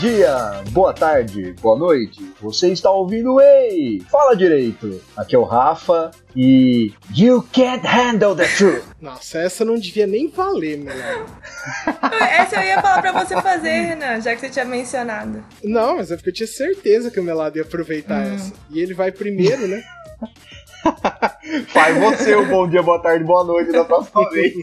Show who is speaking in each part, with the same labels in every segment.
Speaker 1: dia, boa tarde, boa noite. Você está ouvindo Ei! Fala direito! Aqui é o Rafa e. You can't handle the truth!
Speaker 2: Nossa, essa não devia nem valer, mano.
Speaker 3: Essa eu ia falar pra você fazer, Renan, já que você tinha mencionado.
Speaker 2: Não, mas é porque eu tinha certeza que o Melado ia aproveitar essa. E ele vai primeiro, né?
Speaker 1: Faz você o bom dia, boa tarde, boa noite da próxima vez.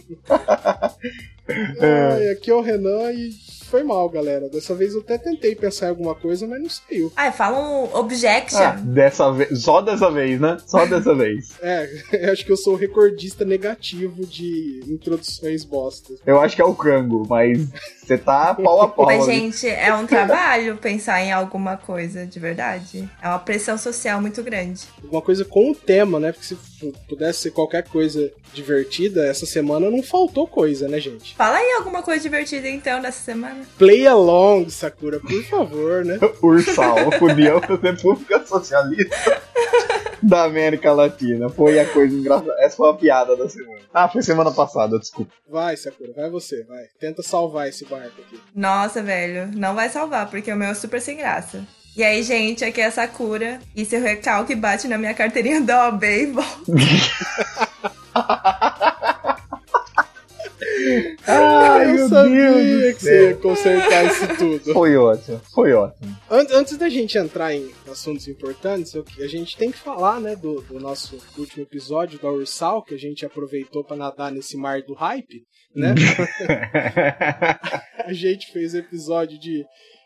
Speaker 2: Ai, aqui é o Renan e foi mal, galera. Dessa vez eu até tentei pensar em alguma coisa, mas não saiu.
Speaker 3: Ah, fala um
Speaker 1: Ah,
Speaker 3: objection.
Speaker 1: dessa vez. Só dessa vez, né? Só dessa vez.
Speaker 2: É, eu acho que eu sou o recordista negativo de introduções bostas.
Speaker 1: Eu acho que é o Cango, mas você tá pau a pau.
Speaker 3: Mas,
Speaker 1: ali.
Speaker 3: gente, é um trabalho pensar em alguma coisa de verdade. É uma pressão social muito grande.
Speaker 2: Alguma coisa com o tema, né? Porque se fu- pudesse ser qualquer coisa divertida, essa semana não faltou coisa, né, gente?
Speaker 3: Fala aí alguma coisa divertida então dessa semana.
Speaker 2: Play along, Sakura, por favor, né?
Speaker 1: Ursal, União da República Socialista da América Latina. Foi a coisa engraçada. Essa foi a piada da semana. Ah, foi semana passada, desculpa.
Speaker 2: Vai, Sakura, vai você, vai. Tenta salvar esse barco aqui.
Speaker 3: Nossa, velho, não vai salvar, porque o meu é super sem graça. E aí, gente, aqui é a Sakura. E seu recalque bate na minha carteirinha da OAB e volta.
Speaker 1: Ai,
Speaker 2: eu sabia que você ia consertar isso tudo.
Speaker 1: Foi ótimo, foi ótimo.
Speaker 2: An- Antes da gente entrar em assuntos importantes, eu- a gente tem que falar, né, do, do nosso último episódio da Ursal, que a gente aproveitou pra nadar nesse mar do hype, né? a gente fez episódio de.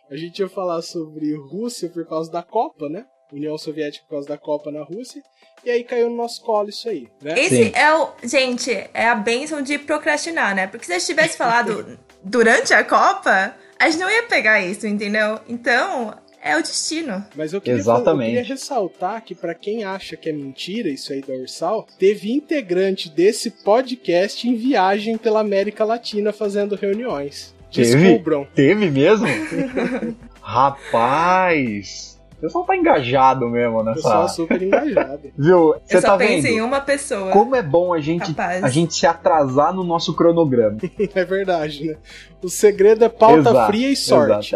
Speaker 2: A gente ia falar sobre Rússia por causa da Copa, né? União Soviética por causa da Copa na Rússia. E aí caiu no nosso colo isso aí, né?
Speaker 3: Esse
Speaker 1: Sim.
Speaker 3: é o. Gente, é a bênção de procrastinar, né? Porque se a gente tivesse falado durante a Copa, a gente não ia pegar isso, entendeu? Então, é o destino.
Speaker 2: Mas eu queria,
Speaker 1: Exatamente.
Speaker 2: eu queria ressaltar que, pra quem acha que é mentira isso aí da Ursal, teve integrante desse podcast em viagem pela América Latina fazendo reuniões.
Speaker 1: Teve?
Speaker 2: Descubram.
Speaker 1: Teve mesmo? Rapaz, o pessoal tá engajado mesmo
Speaker 2: Pessoal
Speaker 1: nessa.
Speaker 2: super engajado.
Speaker 1: Viu? Você
Speaker 3: Eu só
Speaker 1: tá
Speaker 3: penso
Speaker 1: vendo?
Speaker 3: em uma pessoa.
Speaker 1: Como é bom a gente,
Speaker 3: Capaz.
Speaker 1: a gente se atrasar no nosso cronograma.
Speaker 2: É verdade, né? O segredo é pauta
Speaker 1: Exato,
Speaker 2: fria e sorte.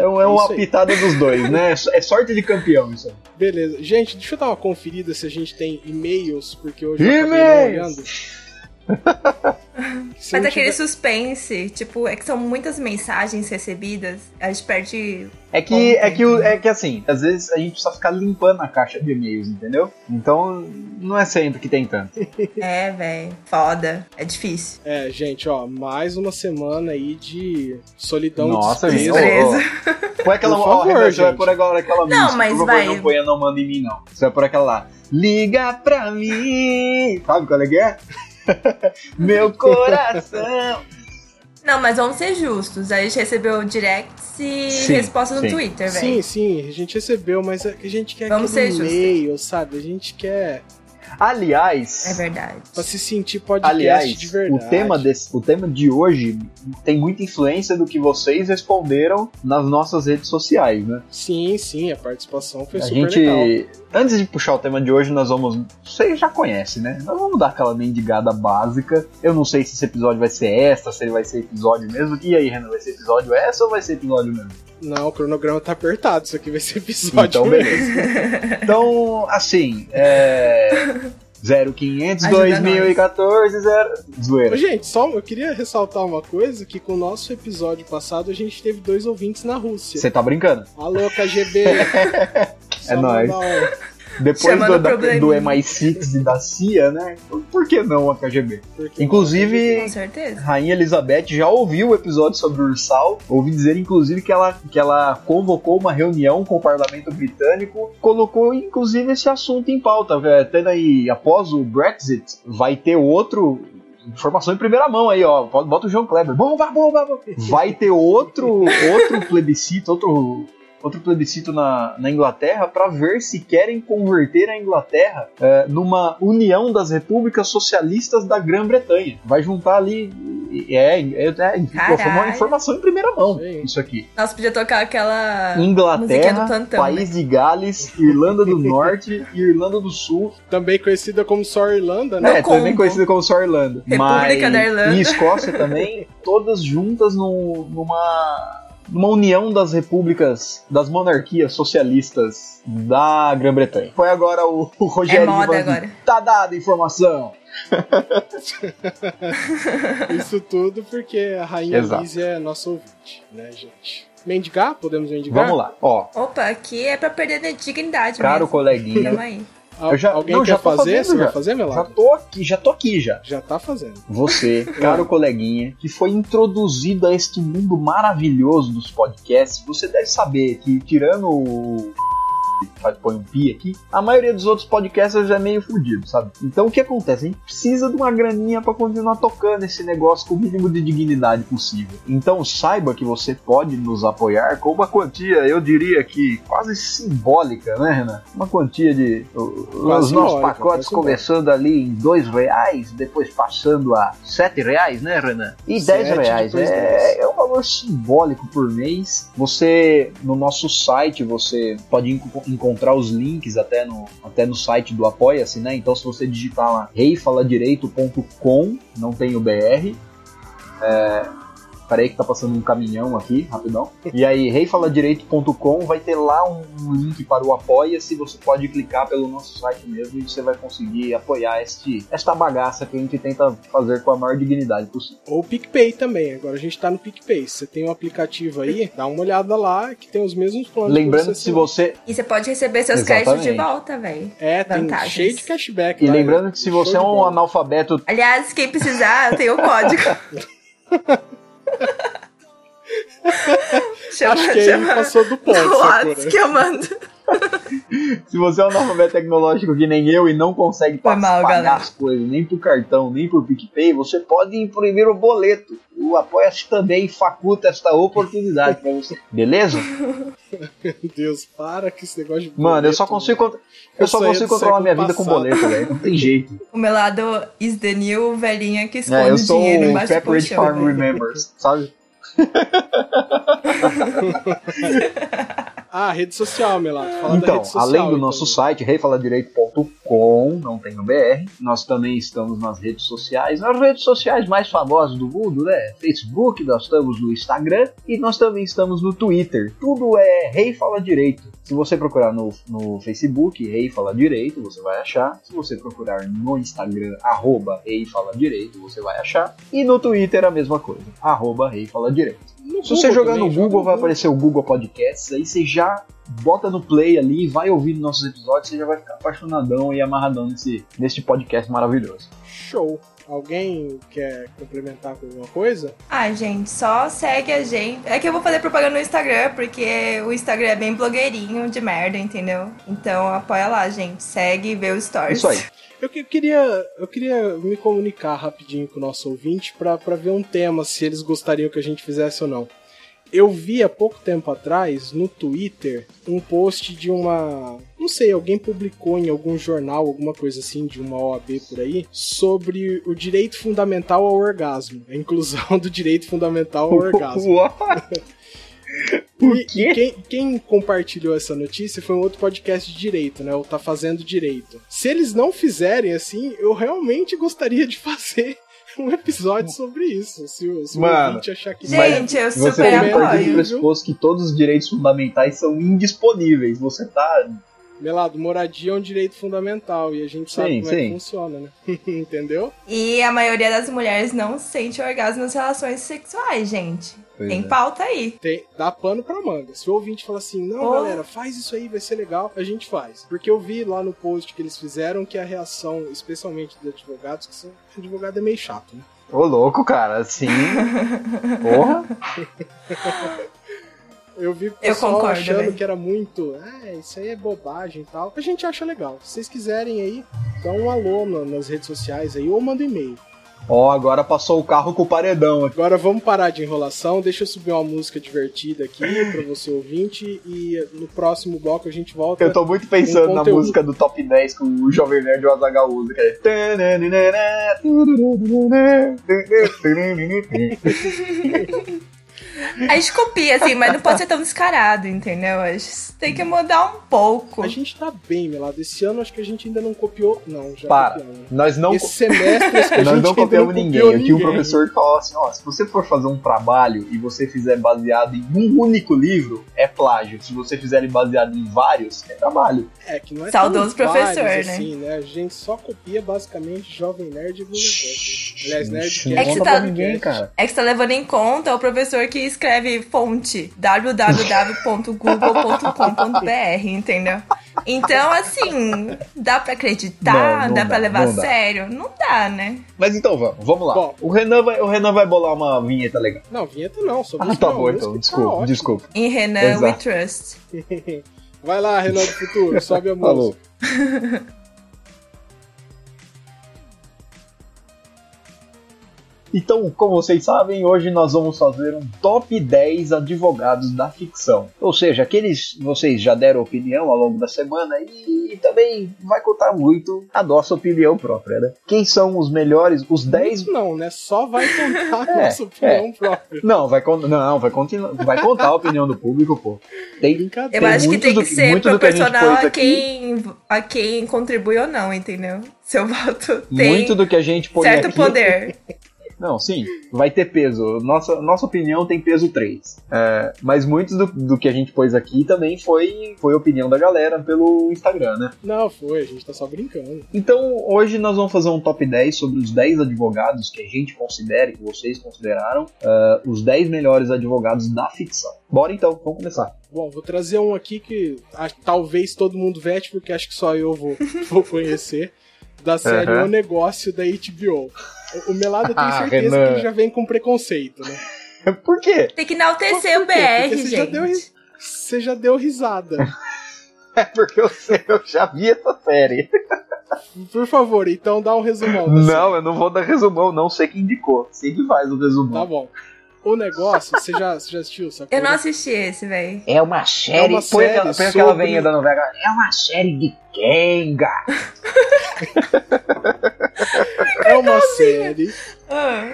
Speaker 1: Exato. É, é uma
Speaker 2: isso aí.
Speaker 1: pitada dos dois, né? É sorte de campeão isso aí.
Speaker 2: Beleza. Gente, deixa eu dar uma conferida se a gente tem e-mails, porque hoje eu
Speaker 1: E-mails!
Speaker 2: acabei não olhando. Se
Speaker 3: Mas é
Speaker 2: não
Speaker 3: aquele
Speaker 2: tiver-
Speaker 3: suspense, tipo, é que são muitas mensagens recebidas, a gente perde.
Speaker 1: É que, é, que, o- é que assim, às vezes a gente precisa ficar limpando a caixa de e-mails, entendeu? Então não é sempre que tem tanto.
Speaker 3: É, velho. Foda. É difícil.
Speaker 2: É, gente, ó, mais uma semana aí de solidão
Speaker 1: Nossa,
Speaker 2: e
Speaker 1: gente.
Speaker 2: Então, desprezo.
Speaker 1: ó, ó. Põe aquela
Speaker 2: Por
Speaker 1: ó,
Speaker 2: favor,
Speaker 1: Renan, Você vai
Speaker 2: gente.
Speaker 1: por agora aquela música.
Speaker 3: mas
Speaker 1: por favor,
Speaker 3: vai.
Speaker 1: não ponha não manda em mim, não. Você vai por aquela lá. Liga pra mim! Sabe qual é que é? Meu coração!
Speaker 3: Não, mas vamos ser justos. A gente recebeu directs e
Speaker 1: Sim,
Speaker 3: respostas
Speaker 1: sim.
Speaker 3: no Twitter,
Speaker 2: Sim,
Speaker 3: velho.
Speaker 2: sim, a gente recebeu, mas a a gente quer
Speaker 3: Vamos
Speaker 2: aquele
Speaker 3: ser justos.
Speaker 2: e-mail, sabe? A gente quer
Speaker 1: Aliás,
Speaker 3: É verdade.
Speaker 2: pra se sentir podcast
Speaker 1: Aliás,
Speaker 2: de verdade.
Speaker 1: o tema, desse, o tema de hoje tem muita influência do que vocês responderam nas nossas redes sociais, né?
Speaker 2: Sim, sim, a participação foi
Speaker 1: a
Speaker 2: super
Speaker 1: gente,
Speaker 2: legal.
Speaker 1: antes de puxar o tema de hoje, nós vamos. Você já conhece, né? Nós vamos dar aquela mendigada básica. Eu não sei se esse episódio vai ser extra, se ele vai ser episódio mesmo. E aí, Renan, vai ser episódio extra ou vai ser episódio mesmo?
Speaker 2: Não, o cronograma tá apertado, isso aqui vai ser episódio
Speaker 1: Então,
Speaker 2: mesmo.
Speaker 1: beleza. então, assim, é. 0500
Speaker 3: Ajuda nós.
Speaker 1: 2014 zero...
Speaker 2: Ô,
Speaker 1: Zoeira.
Speaker 2: Gente, só eu queria ressaltar uma coisa, que com o nosso episódio passado a gente teve dois ouvintes na Rússia.
Speaker 1: Você tá brincando?
Speaker 2: Alô, KGB! Só
Speaker 1: É nóis.
Speaker 2: mandar um,
Speaker 1: Depois
Speaker 3: Chamando
Speaker 1: do, da-
Speaker 3: probleminha.
Speaker 1: do MI6 e da CIA, né? Por que não a KGB?
Speaker 2: um, porque-
Speaker 3: Com
Speaker 1: Inclusive,
Speaker 3: certeza.
Speaker 1: Rainha Elizabeth já ouviu o episódio sobre o Ursal. Ouvi dizer, inclusive, que ela, que ela convocou uma reunião com o parlamento britânico, colocou, inclusive, esse assunto em pauta. É, Tendo aí, após o Brexit, vai ter outro. Informação em primeira mão aí, ó. Bota o João Kleber. Bomba, bomba, bomba. Vai ter outro, outro plebiscito, outro, outro plebiscito na, na Inglaterra para ver se querem converter a Inglaterra eh, numa união das repúblicas socialistas da Grã-Bretanha. Vai juntar ali. É, é, é, enfim, pô, foi uma
Speaker 3: Caralho.
Speaker 1: informação em primeira mão
Speaker 2: Sim.
Speaker 1: isso aqui.
Speaker 3: Nossa, podia tocar aquela. musiquinha
Speaker 1: Inglaterra,
Speaker 3: do plantão, né?
Speaker 1: País de Gales, Irlanda do Norte e Irlanda do Sul.
Speaker 2: Também conhecida como só Irlanda, né?
Speaker 3: Não
Speaker 1: é, também
Speaker 3: combo.
Speaker 1: conhecida como só Irlanda.
Speaker 3: República
Speaker 1: mas,
Speaker 3: da Irlanda.
Speaker 1: E Escócia também, todas juntas num- numa. uma união das repúblicas, das monarquias socialistas da Grã-Bretanha. Foi agora o, o Rogério.
Speaker 3: É moda
Speaker 1: Ivan.
Speaker 3: agora. Tá.
Speaker 1: Tá dada a informação.
Speaker 2: Isso tudo porque a rainha
Speaker 1: Exato.
Speaker 2: Lizzie é nossa ouvinte, né, gente? Mendigar? Podemos mendigar?
Speaker 1: Vamos lá, ó.
Speaker 3: Opa, aqui é pra perder a dignidade
Speaker 1: Caro
Speaker 3: mesmo.
Speaker 1: coleguinha.
Speaker 3: Tamo aí.
Speaker 2: Al-
Speaker 1: Eu já-
Speaker 2: Alguém
Speaker 1: não,
Speaker 2: quer
Speaker 1: já tô
Speaker 2: fazer?
Speaker 1: fazendo
Speaker 2: Você vai
Speaker 1: já.
Speaker 2: fazer,
Speaker 1: Já
Speaker 2: Melado?
Speaker 1: tô aqui, já tô aqui já.
Speaker 2: Já tá fazendo.
Speaker 1: Você, caro coleguinha, que foi introduzido a este mundo maravilhoso dos podcasts, você deve saber que, tirando o. faz- Põe um pi aqui, a maioria dos outros podcasts já é meio fudido, sabe? Então o que acontece? A gente precisa de uma graninha pra continuar tocando esse negócio com o mínimo de dignidade possível. Então saiba que você pode nos apoiar com uma quantia, eu diria que quase simbólica, né, Renan? Uma quantia de. o-
Speaker 2: Quase
Speaker 1: os nossos
Speaker 2: simbólica, quase
Speaker 1: pacotes
Speaker 2: simbólica.
Speaker 1: começaram começando ali em dois reais, depois passando a sete reais, né, Renan? E
Speaker 2: Sete,
Speaker 1: dez reais.
Speaker 2: depois
Speaker 1: É,
Speaker 2: dez.
Speaker 1: é um valor simbólico por mês. Você, no nosso site, você pode enco- encontrar os links até no, até no site do Apoia-se, né? Então, se você digitar lá reifaladireito.com, não tem o BR, Peraí que tá passando um caminhão aqui, rapidão. E aí, reifaladireito.com vai ter lá um um link para o Apoia-se. Você pode clicar pelo nosso site mesmo e você vai conseguir apoiar este, esta bagaça que a gente tenta fazer com a maior dignidade possível.
Speaker 2: Ou o PicPay também. Agora a gente tá no PicPay. Você tem um aplicativo aí, dá uma olhada lá que tem os mesmos planos.
Speaker 1: Lembrando
Speaker 2: pra
Speaker 1: que se
Speaker 2: assinar.
Speaker 1: você.
Speaker 3: E você pode receber seus
Speaker 1: Exatamente.
Speaker 3: créditos de volta, velho.
Speaker 2: É, tem
Speaker 3: Vantagens.
Speaker 2: cheio de cashback.
Speaker 1: E
Speaker 2: lá,
Speaker 1: lembrando
Speaker 2: né?
Speaker 1: que se
Speaker 2: Show
Speaker 1: você
Speaker 2: de
Speaker 1: é um
Speaker 2: bola.
Speaker 1: analfabeto
Speaker 3: Aliás, quem precisar, tem o código. chama,
Speaker 2: Acho que
Speaker 1: é
Speaker 2: ele
Speaker 3: chama
Speaker 2: passou do ponto,
Speaker 3: no Whats
Speaker 2: Sakura.
Speaker 3: que eu mando.
Speaker 1: Se você é um analfabeto tecnológico que nem eu e não consegue
Speaker 3: Foi
Speaker 1: pa-
Speaker 3: mal,
Speaker 1: pagar
Speaker 3: galera.
Speaker 1: as coisas nem por cartão, nem por PicPay, você pode imprimir o boleto. O Apoia-se também faculta esta oportunidade pra você. Beleza?
Speaker 2: Meu Deus, para que esse negócio de
Speaker 1: Mano, eu só
Speaker 2: boleto,
Speaker 1: consigo, con- eu
Speaker 2: Eu
Speaker 1: só
Speaker 2: saí do
Speaker 1: consigo controlar
Speaker 2: século
Speaker 1: minha vida com
Speaker 2: passado.
Speaker 1: boleto, velho. Não tem jeito.
Speaker 3: O meu lado is the new velhinha que esconde
Speaker 1: É, eu sou
Speaker 3: dinheiro
Speaker 1: o
Speaker 3: embaixo do
Speaker 1: Pepperidge
Speaker 3: colchão. né?
Speaker 1: Farm
Speaker 3: velho.
Speaker 1: Remembers, sabe?
Speaker 2: Ah, rede social, Melato. Fala da
Speaker 1: Então,
Speaker 2: rede social.
Speaker 1: além do
Speaker 2: então.
Speaker 1: nosso site, reifaladireito.com, não tem no BR, nós também estamos nas redes sociais, nas redes sociais mais famosas do mundo, né? Facebook, nós estamos no Instagram e nós também estamos no Twitter. Tudo é Rei Fala Direito. Se você procurar no, no Facebook, Rei Fala Direito, você vai achar. Se você procurar no Instagram, arroba Rei Fala Direito, você vai achar. E no Twitter a mesma coisa, arroba Rei Fala Direito.
Speaker 2: No
Speaker 1: Se você
Speaker 2: Google
Speaker 1: jogar
Speaker 2: também, tá
Speaker 1: no
Speaker 2: joga
Speaker 1: Google, vai aparecer o Google Podcasts, aí você já bota no play ali, vai ouvindo nossos episódios, você já vai ficar apaixonadão e amarradão nesse, nesse podcast maravilhoso.
Speaker 2: Show. Alguém quer complementar com alguma coisa?
Speaker 3: Ah, gente, só segue a gente. É que eu vou fazer propaganda no Instagram, porque o Instagram é bem blogueirinho de merda, entendeu? Então apoia lá, gente. Segue e vê os
Speaker 1: É
Speaker 3: stories.
Speaker 1: isso aí.
Speaker 2: Eu, que- queria, eu queria me comunicar rapidinho com o nosso ouvinte pra pra ver um tema, se eles gostariam que a gente fizesse ou não. Eu vi há pouco tempo atrás, no Twitter, um post de uma. Não sei, alguém publicou em algum jornal, alguma coisa assim, de uma OAB por aí, sobre o direito fundamental ao orgasmo. A inclusão do direito fundamental ao orgasmo.
Speaker 1: Por
Speaker 2: E-
Speaker 1: quê?
Speaker 2: Quem, quem compartilhou essa notícia foi um outro podcast de direito, né? O Tá Fazendo Direito. Se eles não fizerem assim, eu realmente gostaria de fazer um episódio sobre isso. Se, o- se o
Speaker 1: Mano,
Speaker 2: ouvinte achar que é.
Speaker 1: mas-
Speaker 3: Gente, eu
Speaker 1: Você
Speaker 3: super
Speaker 1: tem que partir do
Speaker 3: apoio.
Speaker 1: pressuposto que todos os direitos fundamentais são indisponíveis. Você tá.
Speaker 2: Melado, moradia é um direito fundamental e a gente sabe
Speaker 1: Sim,
Speaker 2: como é
Speaker 1: sim.
Speaker 2: que funciona, né? Entendeu?
Speaker 3: E a maioria das mulheres não sente orgasmo nas relações sexuais, gente.
Speaker 1: é.
Speaker 3: Tem pauta aí.
Speaker 2: Tem, dá pano pra manga. Se o ouvinte falar assim, não,
Speaker 3: Oh.
Speaker 2: galera, faz isso aí, vai ser legal, a gente faz. Porque eu vi lá no post que eles fizeram que a reação, especialmente dos advogados, que são, advogado é meio chato, né?
Speaker 1: Ô, louco, cara, assim. Porra.
Speaker 2: Eu vi o
Speaker 3: Eu
Speaker 2: pessoal
Speaker 3: concordo,
Speaker 2: achando
Speaker 3: velho.
Speaker 2: que era muito, ah, isso aí é bobagem e tal. A gente acha legal. Se vocês quiserem aí, dá um alô na- nas redes sociais aí ou manda um e-mail.
Speaker 1: Ó, agora passou o carro com o paredão aqui.
Speaker 2: Agora vamos parar de enrolação, deixa eu subir uma música divertida aqui pra você ouvinte e no próximo bloco a gente volta.
Speaker 1: Eu tô muito pensando
Speaker 2: Um
Speaker 1: na
Speaker 2: conteúdo.
Speaker 1: música do Top 10 com o Jovem Nerd e o Azaghal usa, que é...
Speaker 3: A gente copia, assim, mas não pode ser tão descarado, entendeu? A gente tem que mudar um pouco.
Speaker 2: A gente tá bem, Melado. Esse ano acho que a gente ainda não copiou. Não, já
Speaker 1: Para.
Speaker 2: copiamos, né?
Speaker 1: Nós não,
Speaker 2: Esse semestre acho que a gente
Speaker 1: nós
Speaker 2: ainda
Speaker 1: não copiamos
Speaker 2: não
Speaker 1: ninguém.
Speaker 2: copiou
Speaker 1: Eu tinha um professor que falava assim: ó, se você for fazer um trabalho e você fizer baseado em um único livro, é plágio. Se você fizer ele baseado em vários, é trabalho.
Speaker 2: É, que não é
Speaker 3: Saudoso
Speaker 2: tão vários,
Speaker 3: professor, né?
Speaker 2: Assim, né? A gente só copia basicamente Jovem Nerd e Bibliotec. Aliás, né, Nerdcast.
Speaker 1: Não
Speaker 3: É que você
Speaker 1: conta
Speaker 3: tá-
Speaker 1: pra ninguém, cara.
Speaker 3: É que você tá levando em conta o professor que escreve fonte www.google.com.br, entendeu? Então, assim, dá pra acreditar,
Speaker 1: Não, não
Speaker 3: dá pra
Speaker 1: dá,
Speaker 3: levar
Speaker 1: não
Speaker 3: a
Speaker 1: dá.
Speaker 3: sério? Não dá, né?
Speaker 1: Mas então vamos, vamos lá.
Speaker 2: Bom.
Speaker 1: o, Renan vai, o Renan vai bolar uma vinheta legal.
Speaker 2: Não, vinheta não, só
Speaker 1: Ah,
Speaker 2: música,
Speaker 1: tá
Speaker 2: não,
Speaker 1: bom
Speaker 2: música
Speaker 1: então.
Speaker 2: tá
Speaker 1: Desculpa,
Speaker 2: ótimo.
Speaker 1: desculpa.
Speaker 3: Em Renan, we
Speaker 1: Exato.
Speaker 3: trust.
Speaker 2: Vai lá, Renan do Futuro, sobe a música.
Speaker 1: Falou. Então, como vocês sabem, hoje nós vamos fazer um top 10 advogados da ficção. Ou seja, aqueles vocês já deram opinião ao longo da semana e também vai contar muito a nossa opinião própria, né? Quem são os melhores, os 10
Speaker 2: Não, né? Só vai contar
Speaker 1: É,
Speaker 2: nosso opinião próprio.
Speaker 1: Não, vai con- não, vai continuar, vai contar a opinião do público, pô. Tem
Speaker 3: Eu
Speaker 2: Brincadeira.
Speaker 1: Tem
Speaker 3: acho que
Speaker 1: muito
Speaker 3: tem
Speaker 1: do
Speaker 3: que
Speaker 1: que-
Speaker 3: ser
Speaker 1: muito do que a gente
Speaker 3: proporcional
Speaker 1: pôs
Speaker 3: a
Speaker 1: aqui.
Speaker 3: quem, a quem contribui ou não, entendeu? Seu voto tem
Speaker 1: muito do que a gente põe
Speaker 3: certo
Speaker 1: aqui.
Speaker 3: poder.
Speaker 1: Não, sim, vai ter peso. Nossa, nossa opinião tem peso 3. mas muito do, do que a gente pôs aqui também foi, foi opinião da galera pelo Instagram, né?
Speaker 2: Não, foi, a gente tá só brincando.
Speaker 1: Então, hoje nós vamos fazer um top 10 sobre os 10 advogados que a gente considera, e que vocês consideraram, eh, os 10 melhores advogados da ficção. Bora então, vamos começar.
Speaker 2: Bom, vou trazer um aqui que ah, talvez todo mundo vete, porque acho que só eu vou, vou conhecer. Da série
Speaker 1: Aham.
Speaker 2: O Negócio da HBO. O- O Melado eu tenho
Speaker 1: Ah,
Speaker 2: certeza que
Speaker 1: Renan.
Speaker 2: ele já vem com preconceito, né?
Speaker 1: Por quê?
Speaker 3: Tem que enaltecer o
Speaker 2: Por quê?
Speaker 3: BR,
Speaker 2: Porque você já
Speaker 3: gente.
Speaker 2: deu ris- Você já deu risada.
Speaker 1: É porque eu, sei, eu já vi essa série.
Speaker 2: Por favor, então dá um resumão. da série.
Speaker 1: Não, eu não vou dar resumão, não sei quem indicou. Sei que faz o
Speaker 2: Tá
Speaker 1: resumão.
Speaker 2: bom. O negócio, você já, você já assistiu, sacou?
Speaker 3: Eu não assisti esse, velho.
Speaker 1: É uma série.
Speaker 2: uma
Speaker 1: põe
Speaker 2: série
Speaker 1: aquela, põe aquela
Speaker 2: sobre-
Speaker 1: veinha da novela. É uma série de Kenga.
Speaker 2: É uma série.
Speaker 3: Ah,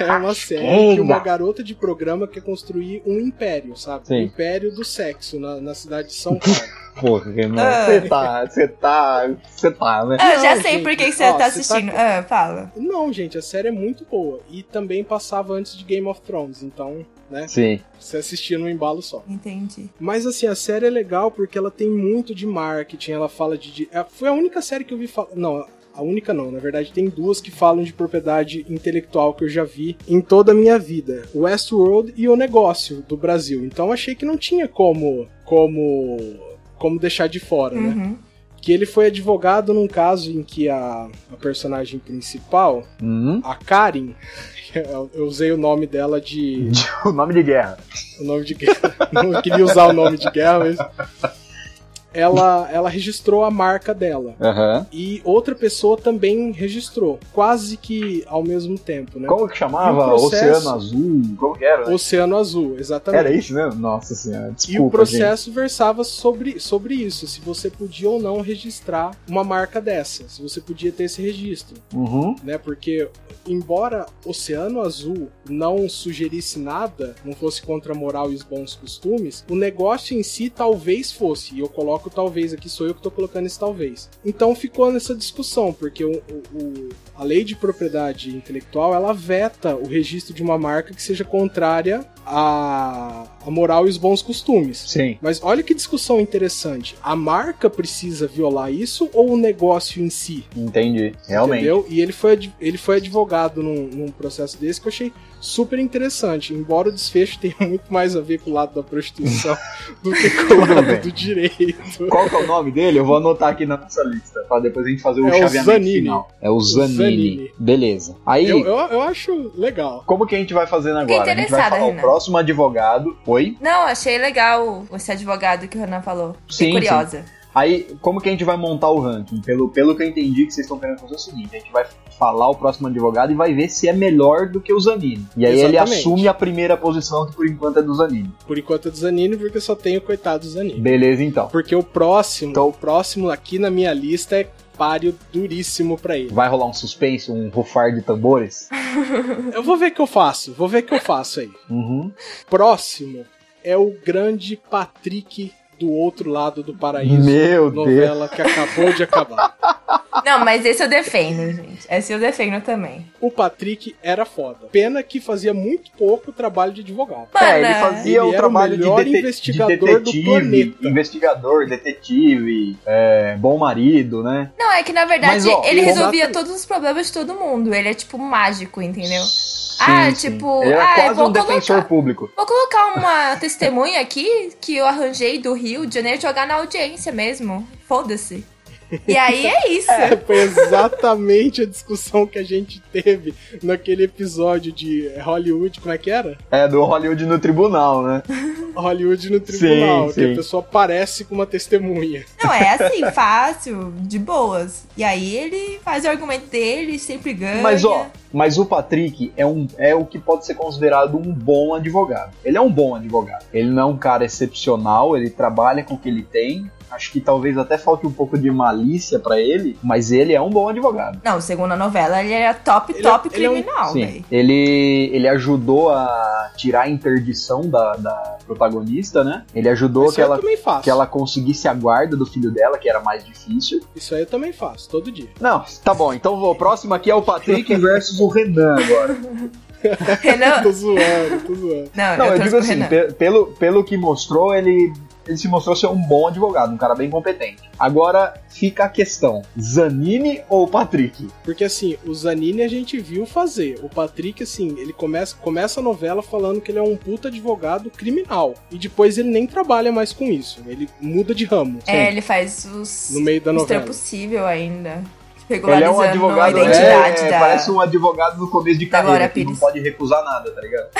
Speaker 2: É uma série
Speaker 1: Caramba.
Speaker 2: que uma garota de programa quer construir um império, sabe?
Speaker 1: Sim.
Speaker 2: Um império do sexo na, na cidade de São Paulo.
Speaker 1: Porra, Renan.
Speaker 3: Ah.
Speaker 1: Você tá, você tá, você tá, né?
Speaker 3: eu Ah, já
Speaker 2: Não,
Speaker 3: sei
Speaker 2: gente,
Speaker 3: por que que você
Speaker 2: ó,
Speaker 3: tá
Speaker 2: você tá
Speaker 3: assistindo. Ah, fala.
Speaker 2: Não, gente, a série é muito boa. E também passava antes de Game of Thrones, então, né?
Speaker 1: Sim.
Speaker 2: Você assistia num embalo só.
Speaker 3: Entendi.
Speaker 2: Mas assim, a série é legal porque ela tem muito de marketing, ela fala de. de- é, foi a única série que eu vi falar. Não, a única não, na verdade tem duas que falam de propriedade intelectual que eu já vi em toda a minha vida: Westworld e o negócio do Brasil. Então achei que não tinha como. como. como deixar de fora, né?
Speaker 3: Uhum.
Speaker 2: Que ele foi advogado num caso em que a, a personagem principal,
Speaker 1: Hum?
Speaker 2: a Karen, eu eu usei o nome dela de.
Speaker 1: O nome de guerra.
Speaker 2: O nome de guerra. Não queria usar o nome de guerra, mas. Ela, ela registrou a marca dela.
Speaker 1: Aham.
Speaker 2: E outra pessoa também registrou. Quase que ao mesmo tempo, né?
Speaker 1: Como que chamava?
Speaker 2: E o processo-
Speaker 1: Oceano Azul? Como que era? né?
Speaker 2: Oceano Azul, exatamente.
Speaker 1: Era isso mesmo? Nossa senhora, desculpa,
Speaker 2: E o
Speaker 1: gente.
Speaker 2: processo versava sobre, sobre isso, se você podia ou não registrar uma marca dessa, se você podia ter esse registro.
Speaker 1: Uhum.
Speaker 2: né? Porque embora Oceano Azul não sugerisse nada, não fosse contra a moral e os bons costumes, o negócio em si talvez fosse. E eu coloco talvez aqui, sou eu que tô colocando esse talvez. Então ficou nessa discussão, porque o- o- o- a lei de propriedade intelectual ela veta o registro de uma marca que seja contrária à, à moral e os bons costumes.
Speaker 1: Sim.
Speaker 2: Mas olha que discussão interessante. A marca precisa violar isso ou o negócio em si?
Speaker 1: Entendi. Realmente.
Speaker 2: Entendeu? E ele foi, ad- ele foi advogado num, num processo desse que eu achei super interessante. Embora o desfecho tenha muito mais a ver com o lado da prostituição do que com o
Speaker 1: Tudo
Speaker 2: lado
Speaker 1: bem.
Speaker 2: do direito.
Speaker 1: Qual que é o nome dele? Eu vou anotar aqui na nossa lista, pra depois a gente fazer o
Speaker 2: É o
Speaker 1: chaveamento
Speaker 2: Zanini.
Speaker 1: final. É o Zanini.
Speaker 2: Zanini.
Speaker 1: Beleza. Aí,
Speaker 2: Eu, eu, eu acho legal.
Speaker 1: como que a gente vai fazendo
Speaker 3: Fiquei
Speaker 1: agora? A gente vai
Speaker 3: interessada,
Speaker 1: falar o
Speaker 3: Renan.
Speaker 1: próximo advogado. Oi?
Speaker 3: Não, achei legal esse advogado que o Renan falou. Fiquei
Speaker 1: Sim,
Speaker 3: curiosa.
Speaker 1: Aí, como que a gente vai montar o ranking? Pelo, pelo que eu entendi que vocês estão querendo fazer é o seguinte, a gente vai falar o próximo advogado e vai ver se é melhor do que o Zanini. E aí ele
Speaker 2: Exatamente.
Speaker 1: assume a primeira posição, que por enquanto é do Zanini.
Speaker 2: Por enquanto eu desanime porque eu só tenho coitado do Zanini.
Speaker 1: Beleza, então.
Speaker 2: Porque o próximo,
Speaker 1: Então-
Speaker 2: o próximo aqui na minha lista é páreo duríssimo pra ele.
Speaker 1: Vai rolar um suspense, um rufar de tambores?
Speaker 2: Eu vou ver o que eu faço, vou ver o que eu faço aí.
Speaker 1: Uhum.
Speaker 2: Próximo é o grande Patrick do outro lado do paraíso.
Speaker 1: Meu
Speaker 2: novela que acabou de acabar.
Speaker 3: Não, mas esse eu defendo, gente. Esse eu defendo também.
Speaker 2: O Patrick era foda. Pena que fazia muito pouco trabalho de advogado.
Speaker 3: Mano,
Speaker 1: É, ele fazia
Speaker 2: Ele
Speaker 1: o
Speaker 2: era
Speaker 1: trabalho
Speaker 2: o melhor
Speaker 1: de, dete-
Speaker 2: investigador
Speaker 1: de
Speaker 2: do
Speaker 1: detetive,
Speaker 2: planeta.
Speaker 1: investigador, detetive, é, bom marido, né?
Speaker 3: Não, é que na
Speaker 1: Mas,
Speaker 3: verdade
Speaker 1: ó,
Speaker 3: ele
Speaker 1: o
Speaker 3: resolvia
Speaker 1: Batman-
Speaker 3: todos os problemas de todo mundo. Ele é tipo mágico, entendeu?
Speaker 1: Sim,
Speaker 3: Ah,
Speaker 1: sim.
Speaker 3: tipo,
Speaker 1: Ele era
Speaker 3: ah, eu
Speaker 1: quase
Speaker 3: vou
Speaker 1: um defensor
Speaker 3: colocar.
Speaker 1: público.
Speaker 3: Vou colocar uma testemunha aqui que eu arranjei do Rio de Janeiro jogar na audiência mesmo. Foda-se. E aí é isso.
Speaker 2: É, foi exatamente a discussão que a gente teve naquele episódio de Hollywood, como é que era?
Speaker 1: É, do Hollywood no tribunal, né?
Speaker 2: Hollywood no tribunal,
Speaker 1: Sim,
Speaker 2: que
Speaker 1: sim.
Speaker 2: a pessoa parece com uma testemunha.
Speaker 3: Não, é assim, fácil, de boas. E aí ele faz o argumento dele, sempre ganha.
Speaker 1: Mas ó, mas o Patrick é, um, é o que pode ser considerado um bom advogado. Ele é um bom advogado. Ele não é um cara excepcional, ele trabalha com o que ele tem. Acho que talvez até falte um pouco de malícia pra ele, mas ele é um bom advogado.
Speaker 3: Não, segundo a novela, ele era top,
Speaker 2: Ele é-
Speaker 3: top
Speaker 2: ele é um-
Speaker 3: criminal,
Speaker 1: Sim.
Speaker 3: velho.
Speaker 1: Ele, ele ajudou a tirar a interdição da, da protagonista, né? Ele ajudou
Speaker 2: Isso
Speaker 1: que
Speaker 2: aí eu
Speaker 1: ela,
Speaker 2: também faço.
Speaker 1: que ela conseguisse a guarda do filho dela, que era mais difícil.
Speaker 2: Isso aí eu também faço, todo dia.
Speaker 1: Não, tá bom. Então vou- o próximo aqui é o Patrick versus o Renan né? agora.
Speaker 3: Renan.
Speaker 2: Tô zoando, tô zoando.
Speaker 3: Não,
Speaker 1: Não,
Speaker 3: Ah, eu,
Speaker 1: eu
Speaker 3: trouxe
Speaker 1: digo
Speaker 3: pro
Speaker 1: assim,
Speaker 3: Renan.
Speaker 1: pe- pelo, pelo que mostrou, ele, ele se mostrou ser um bom advogado, um cara bem competente. Agora fica a questão: Zanini ou Patrick?
Speaker 2: Porque assim, o Zanini a gente viu fazer. O Patrick, assim, ele começa, começa a novela falando que ele é um puta advogado criminal. E depois ele nem trabalha mais com isso. Ele muda de ramo.
Speaker 3: É, ele faz os.
Speaker 2: No meio da
Speaker 3: os
Speaker 2: novela.
Speaker 3: trampos possível ainda.
Speaker 1: Ele
Speaker 3: Regularizando
Speaker 1: é um advogado,
Speaker 3: a identidade
Speaker 1: é,
Speaker 3: da.
Speaker 1: parece um advogado no começo de
Speaker 3: da
Speaker 1: carreira,
Speaker 3: Glória
Speaker 1: que não
Speaker 3: Pires.
Speaker 1: pode recusar nada, tá ligado?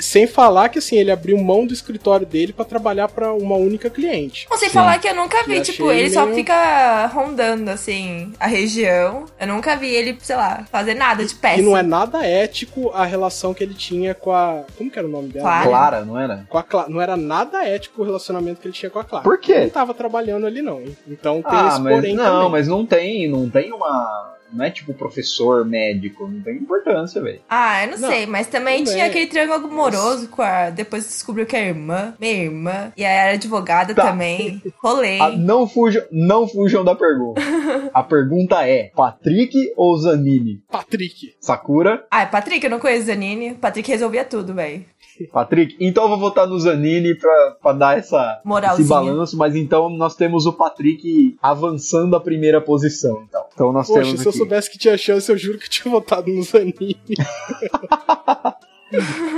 Speaker 2: Sem falar que assim, ele abriu mão do escritório dele pra trabalhar pra uma única cliente.
Speaker 3: Não sei
Speaker 1: Sim.
Speaker 3: falar que eu nunca vi,
Speaker 2: Eu
Speaker 3: tipo,
Speaker 2: achei
Speaker 3: ele só
Speaker 2: meio-
Speaker 3: fica rondando, assim, a região. Eu nunca vi ele, sei lá, fazer nada de
Speaker 2: E
Speaker 3: péssimo.
Speaker 2: não é nada ético a relação que ele tinha com a. Como que era o nome dela?
Speaker 3: Clara.
Speaker 1: Clara, não é, né? era?
Speaker 2: Com a Cla- Não era nada ético o relacionamento que ele tinha com a Clara.
Speaker 1: Por quê?
Speaker 2: Ele não tava trabalhando ali, não. hein? Então tem esse
Speaker 1: Ah, mas
Speaker 2: porém
Speaker 1: não,
Speaker 2: também.
Speaker 1: mas não tem, não tem uma, não é tipo professor, médico, não tem importância, velho.
Speaker 3: Ah, eu não,
Speaker 2: Não,
Speaker 3: sei, mas também
Speaker 2: tudo
Speaker 3: tinha
Speaker 2: bem.
Speaker 3: aquele triângulo amoroso com a. Depois descobriu que é irmã, minha irmã, e aí era advogada
Speaker 1: Tá.
Speaker 3: também. Rolei.
Speaker 1: Ah, não fujam, não fujam da pergunta. A pergunta é: Patrick ou Zanini?
Speaker 2: Patrick.
Speaker 1: Sakura,
Speaker 3: Ah, Patrick, eu não conheço Zanini. Patrick resolvia tudo, velho.
Speaker 1: Patrick. Então eu vou votar no Zanini pra, pra dar essa esse
Speaker 3: Moralzinha.
Speaker 1: balanço, mas então nós temos o Patrick avançando a primeira posição, então. Então nós
Speaker 2: Poxa,
Speaker 1: temos
Speaker 2: se eu
Speaker 1: aqui.
Speaker 2: soubesse que tinha chance, eu juro que eu tinha votado no Zanini.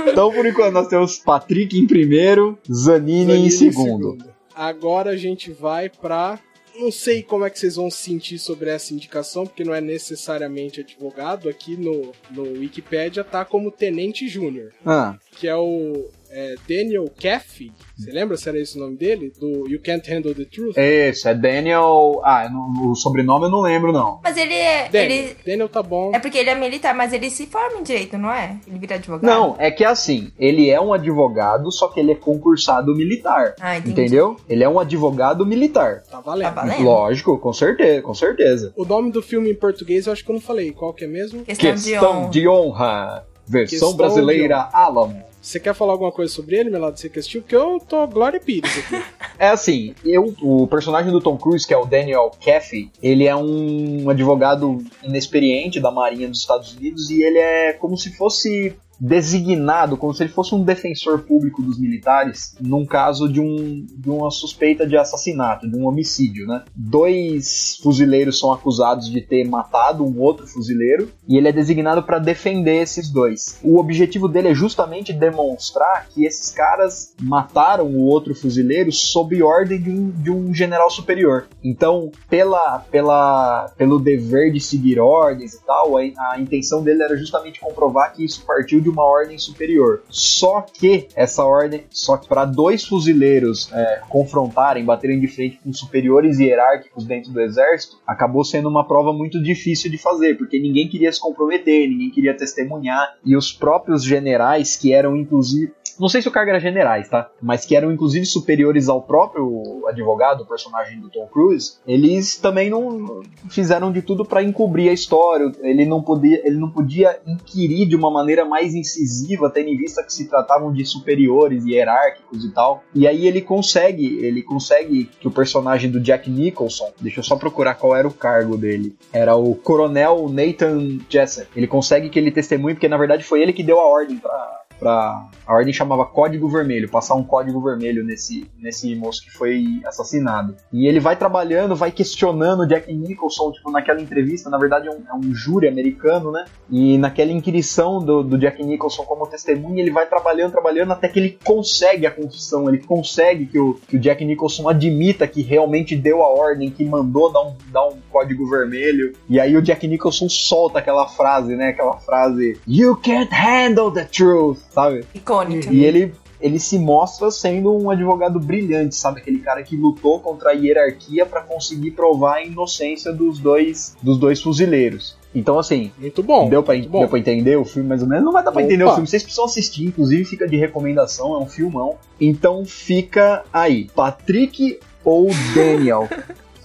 Speaker 1: Então por enquanto nós temos Patrick em primeiro, Zanini,
Speaker 2: Zanini
Speaker 1: em segundo.
Speaker 2: Agora a gente vai pra. Não sei como é que vocês vão se sentir sobre essa indicação, porque não é necessariamente advogado. Aqui no, no Wikipedia tá como Tenente Júnior,
Speaker 1: Ah,
Speaker 2: que é o é, Daniel Caffey. Você lembra se era esse o nome dele? Do You Can't Handle the Truth?
Speaker 1: esse é Daniel. Ah, eu não- o sobrenome eu não lembro não.
Speaker 3: Mas ele é.
Speaker 2: Daniel.
Speaker 3: Ele...
Speaker 2: Daniel tá bom.
Speaker 3: É porque ele é militar, mas ele se forma em direito, não é? Ele
Speaker 2: Tá.
Speaker 3: vira advogado.
Speaker 1: Não, é que é assim, ele é um advogado, só que ele é concursado militar.
Speaker 3: Ah, entendi.
Speaker 1: Entendeu? Ele é um advogado militar.
Speaker 2: Tá valendo.
Speaker 3: Tá valendo. Lembra?
Speaker 1: Lógico, com certeza, com certeza.
Speaker 2: O nome do filme em português eu acho que eu não falei. Qual que é mesmo?
Speaker 3: Questão, de honra.
Speaker 1: de honra. Versão
Speaker 2: Questão de
Speaker 1: brasileira Alamo.
Speaker 2: Você quer falar alguma coisa sobre ele, Melado? Você que assistiu? Porque eu tô Glória Pires aqui.
Speaker 1: É assim, eu, o personagem do Tom Cruise, que é o Daniel Caffey, ele é um advogado inexperiente da Marinha dos Estados Unidos e ele é como se fosse designado, como se ele fosse um defensor público dos militares num caso de, um, de uma suspeita de assassinato, de um homicídio, né? Dois fuzileiros são acusados de ter matado um outro fuzileiro e ele é designado para defender esses dois. O objetivo dele é justamente demonstrar que esses caras mataram o outro fuzileiro sob ordem de um, de um general superior. Então, pela, pela, pelo dever de seguir ordens e tal, a, a intenção dele era justamente comprovar que isso partiu de uma ordem superior. Só que essa ordem, só que para dois fuzileiros é, confrontarem, baterem de frente com superiores hierárquicos dentro do exército, acabou sendo uma prova muito difícil de fazer, porque ninguém queria se comprometer, ninguém queria testemunhar, e os próprios generais, que eram inclusive não sei se o cargo era generais, tá? Mas que eram inclusive superiores ao próprio advogado, o personagem do Tom Cruise, eles também não fizeram de tudo para encobrir a história. Ele não podia, ele não podia inquirir de uma maneira mais incisiva, tendo em vista que se tratavam de superiores e hierárquicos e tal. E aí ele consegue, ele consegue que o personagem do Jack Nicholson, deixa eu só procurar qual era o cargo dele. Era o Coronel Nathan Jessup. Ele consegue que ele testemunhe, porque na verdade foi ele que deu a ordem para pra. A ordem chamava Código Vermelho, passar um código vermelho nesse, nesse moço que foi assassinado. E ele vai trabalhando, vai questionando Jack Nicholson, tipo, naquela entrevista, na verdade é um, é um júri americano, né? E naquela inquirição do, do, Jack Nicholson como testemunha, ele vai trabalhando, trabalhando, até que ele consegue a confissão, ele consegue que o, que o Jack Nicholson admita que realmente deu a ordem, que mandou dar um, dar um código vermelho. E aí o Jack Nicholson solta aquela frase, né? Aquela frase: You can't handle the truth sabe?
Speaker 3: Icônica.
Speaker 1: E ele, ele se mostra sendo um advogado brilhante, sabe? Aquele cara que lutou contra a hierarquia para conseguir provar a inocência dos dois, dos dois fuzileiros. Então, assim.
Speaker 2: Muito bom.
Speaker 1: Deu pra, bom. Deu pra entender o filme, mais ou menos. Não vai dar pra Opa. entender o filme. Vocês precisam assistir, inclusive fica de recomendação, é um filmão. Então fica aí. Patrick ou Daniel?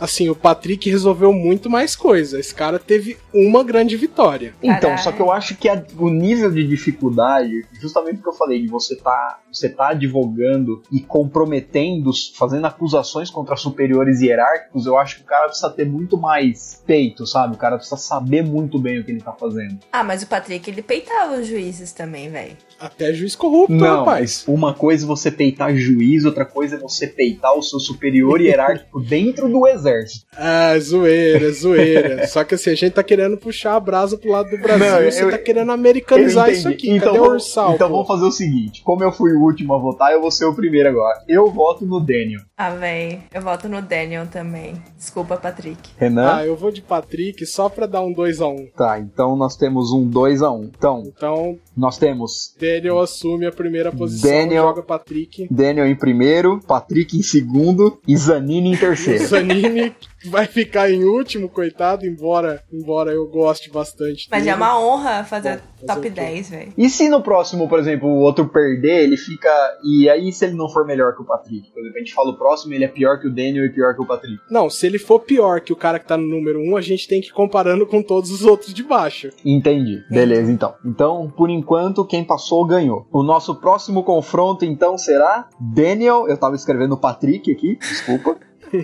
Speaker 2: assim, o Patrick resolveu muito mais coisa. Esse cara teve uma grande vitória.
Speaker 1: Então, Caralho. só que eu acho que a, o nível de dificuldade, justamente o que eu falei, de você tá, você tá advogando e comprometendo, fazendo acusações contra superiores hierárquicos, eu acho que o cara precisa ter muito mais peito, sabe? O cara precisa saber muito bem o que ele tá fazendo.
Speaker 3: Ah, mas o Patrick, ele peitava os juízes também, velho.
Speaker 2: Até juiz corrupto,
Speaker 1: Não,
Speaker 2: Então, rapaz.
Speaker 1: Uma coisa é você peitar juiz, outra coisa é você peitar o seu superior hierárquico dentro do exército.
Speaker 2: Ah, zoeira, zoeira. Só que assim, a gente tá querendo puxar a brasa pro lado do Brasil Não, eu, você tá querendo americanizar isso aqui.
Speaker 1: Então,
Speaker 2: Cadê o ursal?
Speaker 1: Então pô? vamos fazer o seguinte: como eu fui o último a votar, eu vou ser o primeiro agora. Eu voto no Daniel.
Speaker 3: Ah, véi. Eu voto no Daniel também. Desculpa, Patrick.
Speaker 1: Renan?
Speaker 2: Ah, eu vou de Patrick só pra dar um 2x1. Um.
Speaker 1: Tá, então nós temos um 2x1. Um. Então,
Speaker 2: então,
Speaker 1: nós temos.
Speaker 2: Daniel assume a primeira posição,
Speaker 1: Daniel,
Speaker 2: joga Patrick.
Speaker 1: Daniel em primeiro, Patrick em segundo e Zanini em terceiro.
Speaker 2: Zanini vai ficar em último, coitado, embora embora eu goste bastante.
Speaker 3: Mas dele. é uma honra fazer Bom, top 10, velho.
Speaker 1: E se no próximo, por exemplo, o outro perder, ele fica. E aí, se ele não for melhor que o Patrick? Por exemplo, a gente fala o próximo, ele é pior que o Daniel e pior que o Patrick.
Speaker 2: Não, se ele for pior que o cara que tá no número 1, um, a gente tem que ir comparando com todos os outros de baixo.
Speaker 1: Entendi. Beleza, então. Então, por enquanto, quem passou ganhou. O nosso próximo confronto, então, será Daniel. Eu tava escrevendo Patrick aqui, desculpa.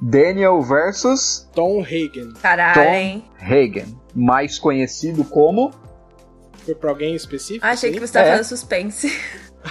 Speaker 1: Daniel versus
Speaker 2: Tom Hagen.
Speaker 3: Caralho.
Speaker 1: Tom Hagen, mais conhecido como
Speaker 2: Foi para alguém específico?
Speaker 3: Achei que você estava é. fazendo suspense.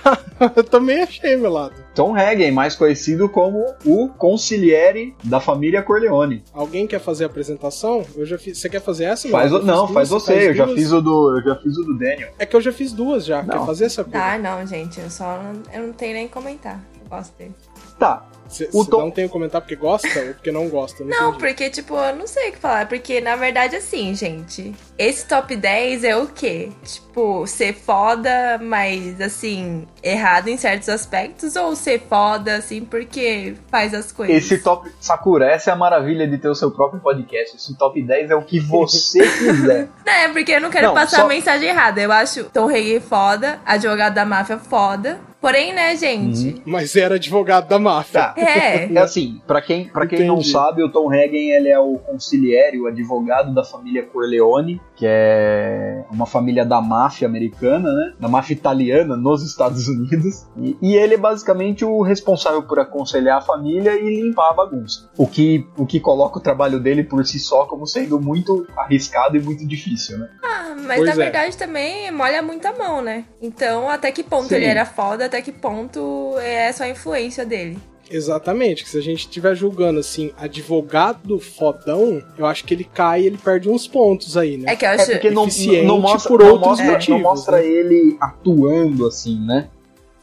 Speaker 2: Eu também achei, meu lado.
Speaker 1: Tom Hagen, mais conhecido como o consigliere da família Corleone.
Speaker 2: Alguém quer fazer a apresentação? Eu já fiz. Você quer fazer essa?
Speaker 1: Faz o... Não, faz você. Faz eu já fiz o do. Eu já fiz o do Daniel.
Speaker 2: É que eu já fiz duas já. Não. Quer fazer essa?
Speaker 3: Coisa? Ah, não, gente. Eu só não, eu não tenho nem comentar. Eu gosto dele.
Speaker 1: Tá.
Speaker 2: Cê, o Tom... não tem um comentário porque gosta ou porque não gosta?
Speaker 3: Não, não porque, tipo, eu não sei o que falar. Porque, na verdade, assim, gente, esse top 10 é o quê? Tipo, ser foda, mas, assim, errado em certos aspectos? Ou ser foda, assim, porque faz as coisas?
Speaker 1: Esse top. Sakura, essa é a maravilha de ter o seu próprio podcast. Esse top 10 é o que você quiser.
Speaker 3: Não, é porque eu não quero não, passar só... a mensagem errada. Eu acho Tom Rei foda, advogado da máfia foda. Porém, né, gente? Uhum.
Speaker 2: Mas era advogado da máfia.
Speaker 1: Tá. É. é assim, para quem, pra quem Entendi. não sabe, o Tom Hagen ele é o conciliere, o advogado da família Corleone, que é uma família da máfia americana, né? Da máfia italiana nos Estados Unidos. E, e ele é basicamente o responsável por aconselhar a família e limpar a bagunça. O que, o que coloca o trabalho dele por si só como sendo muito arriscado e muito difícil, né?
Speaker 3: Ah, mas pois na é. verdade também molha muita mão, né? Então, até que ponto Sim. ele era foda, até que ponto é só a influência dele.
Speaker 2: Exatamente, que se a gente estiver julgando assim, advogado fodão, eu acho que ele cai e ele perde uns pontos aí, né?
Speaker 3: É que eu acho
Speaker 1: é porque não, não mostra, por outros não mostra, motivos, não mostra né? ele atuando assim, né?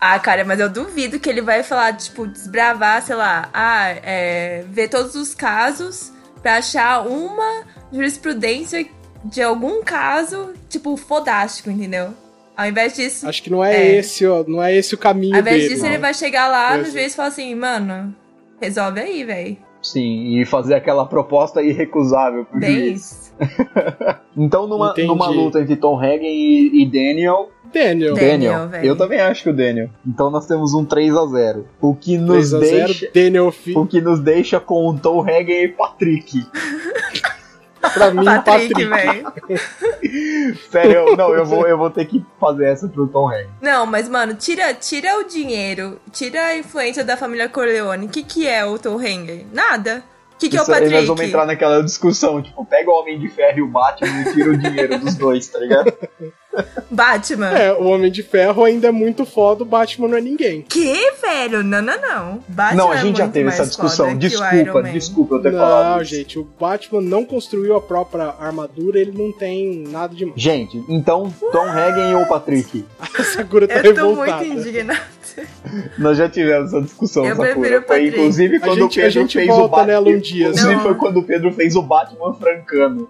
Speaker 3: Ah, cara, mas eu duvido que ele vai falar, tipo, desbravar, sei lá, ah, é, ver todos os casos pra achar uma jurisprudência de algum caso, tipo, fodástico, entendeu? Ao invés disso.
Speaker 2: Acho que não é, é, esse, ó, não é esse o caminho.
Speaker 3: Ao invés
Speaker 2: dele,
Speaker 3: disso,
Speaker 2: não.
Speaker 3: ele vai chegar lá
Speaker 1: é.
Speaker 3: no juiz e falar assim, mano, resolve aí, velho.
Speaker 1: Sim, e fazer aquela proposta irrecusável pro
Speaker 3: Bem juiz.
Speaker 1: então, numa, Entendi. numa luta entre Tom Hagen e, e Daniel, Daniel.
Speaker 2: Daniel.
Speaker 3: Daniel, velho.
Speaker 1: Eu também acho que o Daniel. Então nós temos um 3 a 0 O que nos
Speaker 2: 3 a 0
Speaker 1: deixa.
Speaker 2: Daniel Fi-
Speaker 1: O que nos deixa com o Tom Hagen e Patrick.
Speaker 2: pra
Speaker 1: Um
Speaker 2: mim,
Speaker 3: Patrick,
Speaker 2: Patrick.
Speaker 3: velho.
Speaker 1: Sério, eu- não, eu vou, eu vou ter que fazer essa pro Tom Hagen.
Speaker 3: Não, mas, mano, tira, tira o dinheiro, tira a influência da família Corleone. O que, que é o Tom Hanger? Nada. O que, que é o
Speaker 1: Isso aí
Speaker 3: Patrick?
Speaker 1: nós vamos entrar naquela discussão, tipo, pega o Homem de Ferro e o Batman e tira o dinheiro dos dois, tá ligado?
Speaker 3: Batman.
Speaker 2: É, o Homem de Ferro ainda é muito foda, o Batman não é ninguém.
Speaker 3: Que, velho? Não, não, não. Batman
Speaker 1: não, a
Speaker 3: é
Speaker 1: gente já
Speaker 3: muito
Speaker 1: teve
Speaker 3: mais
Speaker 1: essa discussão.
Speaker 3: foda que o Iron
Speaker 1: Desculpa,
Speaker 3: Man.
Speaker 1: desculpa eu ter falado.
Speaker 2: Não,
Speaker 1: isso.
Speaker 2: gente, o Batman não construiu a própria armadura, ele não tem nada de mais.
Speaker 1: Gente, então, Tom Hagen ou Patrick?
Speaker 2: A Sakura tá
Speaker 3: Eu tô muito
Speaker 2: revoltada.
Speaker 3: indignada.
Speaker 1: Nós já tivemos essa discussão,
Speaker 3: Eu
Speaker 1: Sakura.
Speaker 3: prefiro o
Speaker 1: Foi,
Speaker 3: Patrick.
Speaker 1: inclusive
Speaker 2: A
Speaker 1: quando
Speaker 2: gente-
Speaker 1: o Pedro
Speaker 2: a gente
Speaker 1: fez o
Speaker 2: volta
Speaker 1: Batman.
Speaker 2: nela um dia,
Speaker 1: Inclusive
Speaker 3: assim.
Speaker 1: foi quando o Pedro fez o Batman francano.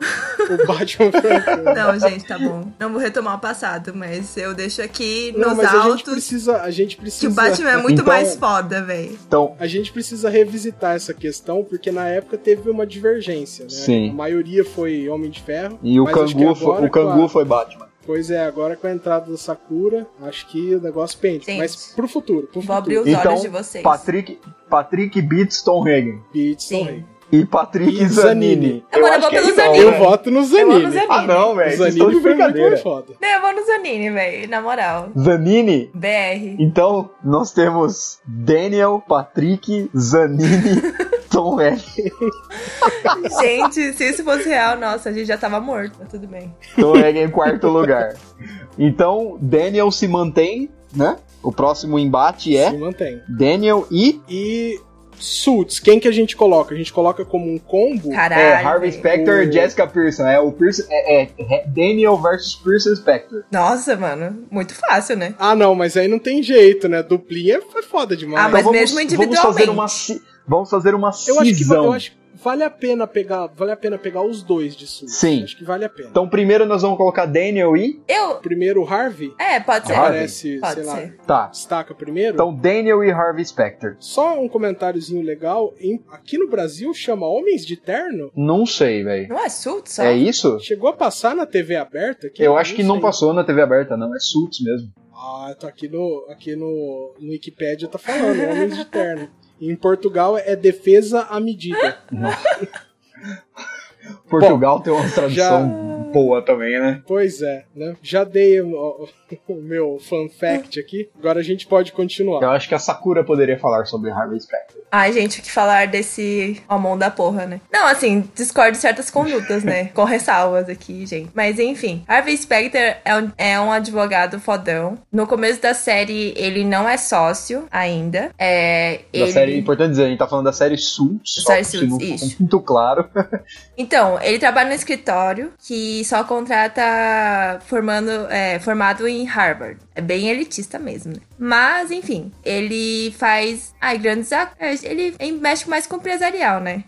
Speaker 2: O Batman francano.
Speaker 3: Não, gente, tá bom. Não vou retomar o passado, mas eu deixo aqui
Speaker 2: Não,
Speaker 3: nos
Speaker 2: mas a gente
Speaker 3: altos
Speaker 2: precisa. A gente
Speaker 3: que
Speaker 2: precisa.
Speaker 3: o Batman é muito
Speaker 1: Então-
Speaker 3: mais foda, velho.
Speaker 1: Então,
Speaker 2: A gente precisa revisitar essa questão, porque na época teve uma divergência, né?
Speaker 1: Sim.
Speaker 2: A maioria foi Homem de Ferro.
Speaker 1: e o
Speaker 2: mas acho que
Speaker 1: Cangu, foi,
Speaker 2: agora
Speaker 1: o Cangu
Speaker 2: com a-
Speaker 1: foi Batman.
Speaker 2: Pois é, agora com a entrada da Sakura, acho que o negócio pende.
Speaker 3: Gente.
Speaker 2: Mas pro futuro, pro
Speaker 3: Vou abrir
Speaker 2: futuro.
Speaker 3: os
Speaker 1: Então,
Speaker 3: olhos de vocês.
Speaker 1: Patrick, Patrick beats Tom Hagen.
Speaker 2: Beats
Speaker 3: Sim.
Speaker 2: são rei.
Speaker 1: E Patrick
Speaker 2: E
Speaker 1: Zanini.
Speaker 2: Zanini.
Speaker 3: Agora
Speaker 1: eu acho
Speaker 3: vou
Speaker 1: que é
Speaker 3: pelo
Speaker 1: igual,
Speaker 3: Zanini.
Speaker 2: Eu
Speaker 1: né?
Speaker 2: voto no
Speaker 3: vou no
Speaker 2: Zanini.
Speaker 3: Zanini.
Speaker 1: Ah, não,
Speaker 2: O
Speaker 1: velho. Vocês estão
Speaker 2: Zanini
Speaker 1: de
Speaker 2: foi muito mais
Speaker 1: brincadeira.
Speaker 2: foda.
Speaker 3: Não, Né, eu vou no Zanini, velho. Na moral.
Speaker 1: Zanini.
Speaker 3: BR.
Speaker 1: Então, nós temos Daniel, Patrick, Zanini, Tom Hagen.
Speaker 3: Gente, se isso fosse real, nossa, a gente já tava morto, mas tudo bem.
Speaker 1: Tom Hagen Então, é em quarto lugar. Então, Daniel se mantém, né? O próximo embate é
Speaker 2: Se mantém.
Speaker 1: Daniel e
Speaker 2: E suits, quem que a gente coloca? A gente coloca como um combo?
Speaker 3: Caralho.
Speaker 1: é, Harvey
Speaker 3: velho.
Speaker 1: Specter e
Speaker 2: O-
Speaker 1: Jessica Pearson. É o Pearson, é, é, é Daniel versus Pearson Specter.
Speaker 3: Nossa, mano. Muito fácil, né?
Speaker 2: Ah, não, mas aí não tem jeito, né? Duplinha é foda demais.
Speaker 3: Ah, mas mesmo
Speaker 1: Então, Vamos fazer
Speaker 3: individualmente.
Speaker 1: uma, ci- vamos fazer uma
Speaker 2: eu acho que va- eu
Speaker 1: cisão.
Speaker 2: acho que vale a pena pegar, vale a pena pegar os dois de suits.
Speaker 1: Sim.
Speaker 2: Acho que vale a pena.
Speaker 1: Então, primeiro nós vamos colocar Daniel e.
Speaker 3: Eu.
Speaker 2: primeiro o Harvey
Speaker 3: É, pode ser.
Speaker 1: Harvey.
Speaker 2: aparece,
Speaker 3: Pode
Speaker 2: sei
Speaker 3: ser.
Speaker 2: lá,
Speaker 1: Tá.
Speaker 2: destaca primeiro.
Speaker 1: Então, Daniel e Harvey Specter.
Speaker 2: Só um comentáriozinho legal. em- aqui no Brasil chama Homens de Terno?
Speaker 1: Não sei, velho.
Speaker 3: Não é Sultz só?
Speaker 1: É isso?
Speaker 2: Chegou a passar na TV aberta? aqui?
Speaker 1: Eu acho que não
Speaker 2: sei.
Speaker 1: passou na TV aberta, não. É Suits mesmo.
Speaker 2: Ah, tá aqui no, aqui no, no Wikipedia tá falando, Homens de Terno. Em Portugal é defesa à medida.
Speaker 1: Portugal tem uma
Speaker 2: já-
Speaker 1: tradução boa também, né?
Speaker 2: Pois é, né? Já dei o, o meu fun fact aqui. Agora a gente pode continuar.
Speaker 1: Eu acho que a Sakura poderia falar sobre Harvey Specter.
Speaker 3: Ai, gente, o que falar desse homão da porra, né? Não, assim, discordo de certas condutas, né? Com ressalvas aqui, gente. Mas enfim, Harvey Specter é um, é um advogado fodão. No começo da série, ele não é sócio ainda. É.
Speaker 1: Da
Speaker 3: ele...
Speaker 1: série, importante dizer, a gente tá falando da série Suits, só
Speaker 3: Série
Speaker 1: que se
Speaker 3: Suits,
Speaker 1: não ficou
Speaker 3: isso.
Speaker 1: muito claro.
Speaker 3: Então, ele trabalha no escritório que só contrata formando, é, formado em Harvard. É bem elitista mesmo, né? Mas, enfim, ele faz ai, grandes acordos. Ele mexe mais com o empresarial, né?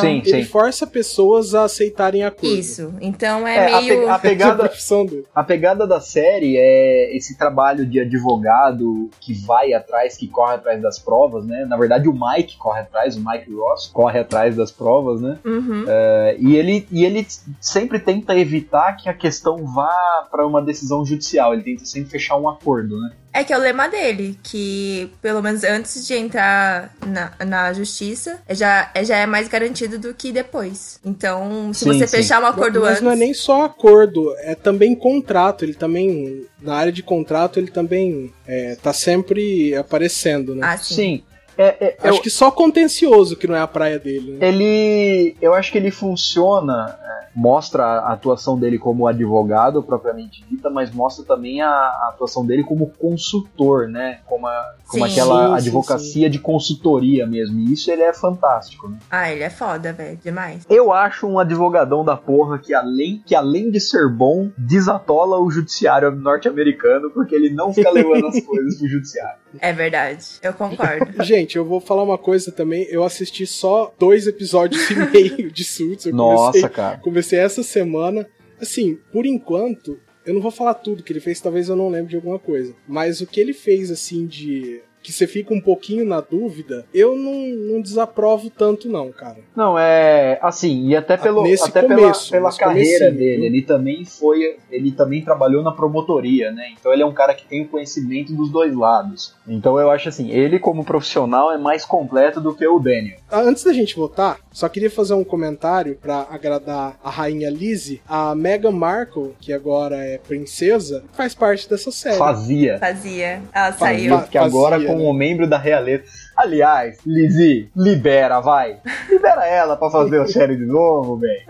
Speaker 1: sim,
Speaker 2: Ele
Speaker 1: sim.
Speaker 2: força pessoas a aceitarem a coisa.
Speaker 3: isso. Então é,
Speaker 1: É, a pe-
Speaker 3: meio.
Speaker 1: a
Speaker 2: Essa é a
Speaker 1: pegada,
Speaker 2: profissão dele.
Speaker 1: A pegada da série é esse trabalho de advogado que vai atrás, que corre atrás das provas, né? Na verdade, o Mike corre atrás, o Mike Ross corre atrás das provas, né?
Speaker 3: Uhum.
Speaker 1: É, e, ele, e ele sempre tenta evitar que a questão vá para uma decisão judicial, ele tenta sempre fechar um acordo, né?
Speaker 3: É que é o lema dele, que pelo menos antes de entrar na, na justiça, é já, é- já é mais garantido do que depois. Então, se
Speaker 1: Sim,
Speaker 3: você
Speaker 1: sim.
Speaker 3: fechar um acordo
Speaker 2: Mas
Speaker 3: antes.
Speaker 2: não é nem só acordo, é também contrato. Ele também, na área de contrato, ele também é, tá sempre aparecendo, né?
Speaker 3: Ah, sim.
Speaker 1: Sim. É, é, eu-
Speaker 2: Acho que só contencioso que não é a praia dele, né?
Speaker 1: ele eu acho que ele funciona é, mostra a atuação dele como advogado propriamente dita mas mostra também a, a atuação dele como consultor né como, a- como
Speaker 3: Sim.
Speaker 1: aquela
Speaker 2: Sim, sim,
Speaker 1: advocacia de consultoria mesmo e isso ele é fantástico né?
Speaker 3: Ah, ele é foda, velho. Demais.
Speaker 1: eu acho um advogadão da porra que além que além de ser bom desatola o judiciário norte-americano porque ele não fica levando as coisas pro judiciário
Speaker 3: É verdade. Eu concordo.
Speaker 2: Gente, eu vou falar uma coisa também. Eu assisti só dois episódios e meio de Suits. Eu
Speaker 1: nossa
Speaker 2: comecei,
Speaker 1: cara
Speaker 2: comecei essa semana. Assim, por enquanto, eu não vou falar tudo que ele fez, talvez eu não lembre de alguma coisa. Mas o que ele fez, assim, de. que você fica um pouquinho na dúvida, eu não, não desaprovo tanto, não, cara.
Speaker 1: Não, é assim, e até pelo
Speaker 2: Nesse
Speaker 1: até
Speaker 2: começo,
Speaker 1: pela, pela
Speaker 2: nesse
Speaker 1: carreira
Speaker 2: comecinho.
Speaker 1: dele, ele também foi, ele também trabalhou na promotoria, né? Então ele é um cara que tem o conhecimento dos dois lados. Então eu acho assim, ele como profissional é mais completo do que o Daniel.
Speaker 2: Ah, Antes da gente votar, só queria fazer um comentário pra agradar a rainha Lizzie. A Meghan Markle, que agora é princesa, faz parte dessa série.
Speaker 1: Fazia.
Speaker 3: Fazia. Ela
Speaker 1: Fazia,
Speaker 3: saiu.
Speaker 2: Fa-
Speaker 1: porque agora
Speaker 2: fazia,
Speaker 1: como
Speaker 2: né?
Speaker 1: membro da realeza. Aliás, Lizzy, libera, vai. Libera ela pra fazer o série de novo, velho.